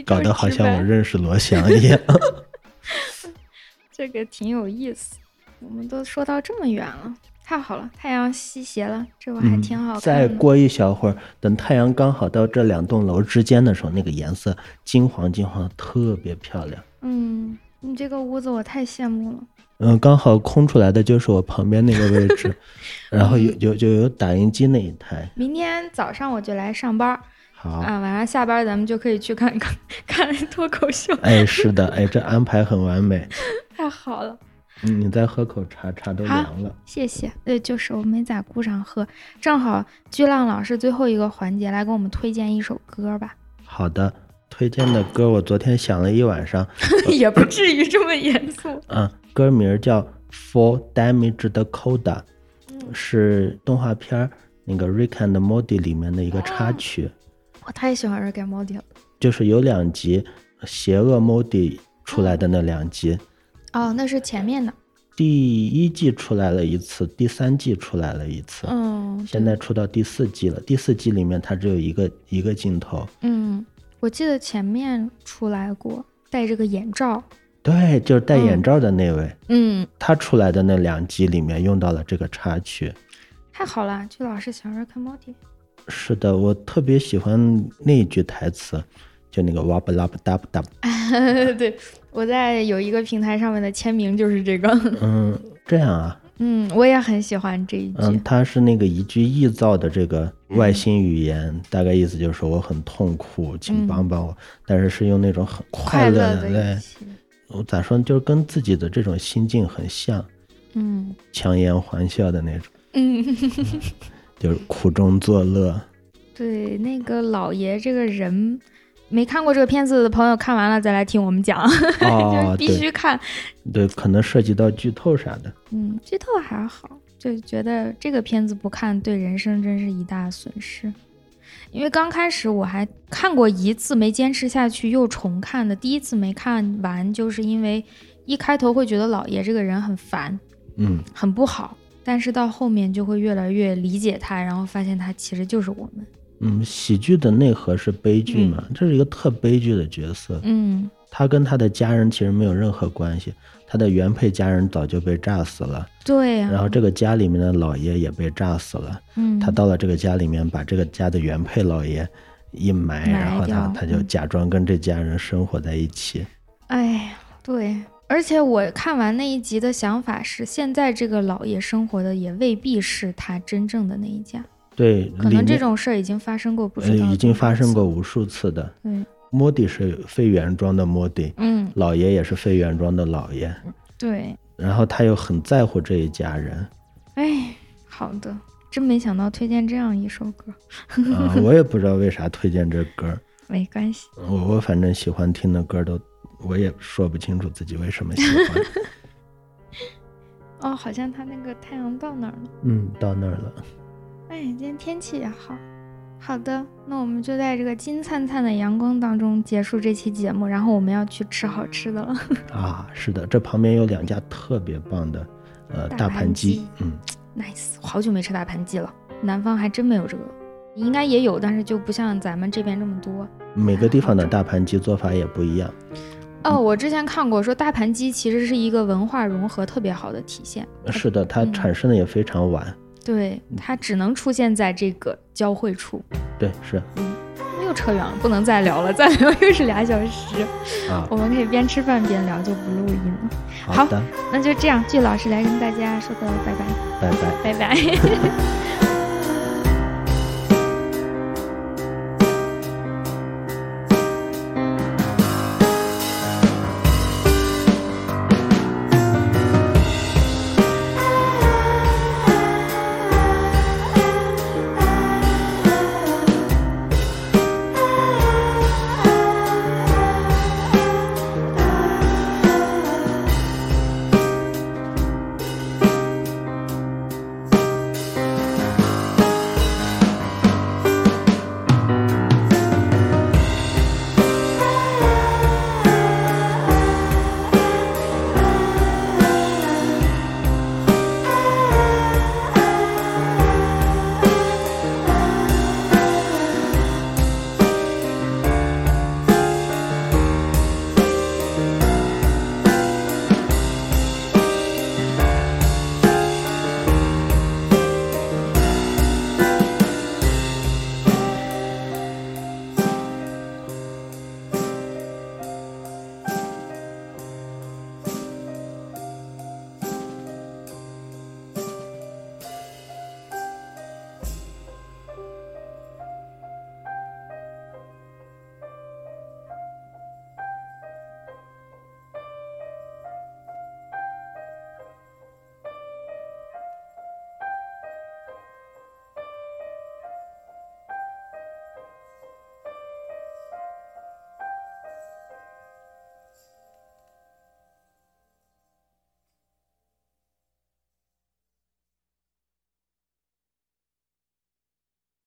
搞得好像我认识罗翔一样。 哎这个挺有意思。我们都说到这么远了，太好了，太阳西斜了，这我还挺好看的。嗯再过一小会儿，等太阳刚好到这两栋楼之间的时候，那个颜色金黄金黄，特别漂亮。嗯，你这个屋子我太羡慕了。嗯，刚好空出来的就是我旁边那个位置，然后有有就有打印机那一台。明天早上我就来上班儿好，啊，晚上下班咱们就可以去看看看脱口秀，哎，是的，哎，这安排很完美。太好了，嗯你再喝口茶，茶都凉了。谢谢。对，就是我没在顾上喝，正好巨浪老师最后一个环节来给我们推荐一首歌吧，好的，推荐的歌我昨天想了一晚上， 也不至于这么严肃。嗯，歌名叫《For Damage the Coda》，是动画片儿那个《Rick and Morty》里面的一个插曲。我太喜欢 Rick and Morty 了。就是有两集邪恶 Modi 出来的那两集，哦，那是前面的。第一季出来了一次，第三季出来了一次，嗯，现在出到第四季了。第四季里面它只有一个一个镜头，嗯，我记得前面出来过，戴这个眼罩。对，就是戴眼罩的那位，嗯，他出来的那两集里面用到了这个插曲。太好了，巨老师喜欢 Rick and Morty。是的，我特别喜欢那一句台词，就那个哇不拉不哒不哒， 对，我在有一个平台上面的签名就是这个。 嗯，这样啊，嗯，我也很喜欢这一句。嗯，它是那个一句臆造的这个外星语言，嗯大概意思就是说我很痛苦，请帮帮我，但是是用那种很快快乐乐的，的一对，期。我咋说呢，就是跟自己的这种心境很像，嗯强颜欢笑的那种，嗯， 就是苦中作乐。对，那个老爷这个人，没看过这个片子的朋友看完了再来听我们讲， 就哦是，必对须看。对，可能涉及到剧透啥的。嗯，剧透还好，就觉得这个片子不看对人生真是一大损失。因为刚开始我还看过一次，没坚持下去，又重看的。第一次没看完，就是因为一开头会觉得老爷这个人很烦，嗯，很不好，但是到后面就会越来越理解他，然后发现他其实就是我们。嗯，喜剧的内核是悲剧嘛，这是一个特悲剧的角色，嗯他跟他的家人其实没有任何关系，他的原配家人早就被炸死了。对呀、然后这个家里面的老爷也被炸死了，嗯，他到了这个家里面，把这个家的原配老爷一埋，埋然后他掉嗯他就假装跟这家人生活在一起。哎呀，对，而且我看完那一集的想法是，现在这个老爷生活的也未必是他真正的那一家，对，可嗯里能面这种事儿已经发生过，不呃知道、已经发生。过无数次的。对，莫迪是非原装的莫迪，嗯，老爷也是非原装的老爷，对，然后他又很在乎这一 家人哎，好的，真没想到推荐这样一首歌，啊、我也不知道为啥推荐这歌儿，没关系。我我反正喜欢听的歌儿都，我也说不清楚自己为什么喜欢。 哦，好像他那个太阳到哪儿了？嗯，到那儿了。哎，今天天气也好。好的，那我们就在这个金灿灿的阳光当中结束这期节目，然后我们要去吃好吃的了。啊，是的，这旁边有两家特别棒的，呃，大大盘盘鸡鸡，嗯， nice，我好久没吃大盘鸡了，南方还真没有这个，应该也有，但是就不像咱们这边这么多。每个地方的好的大盘鸡做法也不一样。哦，我之前看过，说大盘鸡其实是一个文化融合特别好的体现，是的，它嗯产生的也非常晚。对，它只能出现在这个交汇处。对，是又扯远了，不能再聊了， 再聊又是俩小时，啊我，们可以边吃饭边聊，就不录音了。哦好的，那就这样，季老师来跟大家说个拜拜，拜拜。拜拜。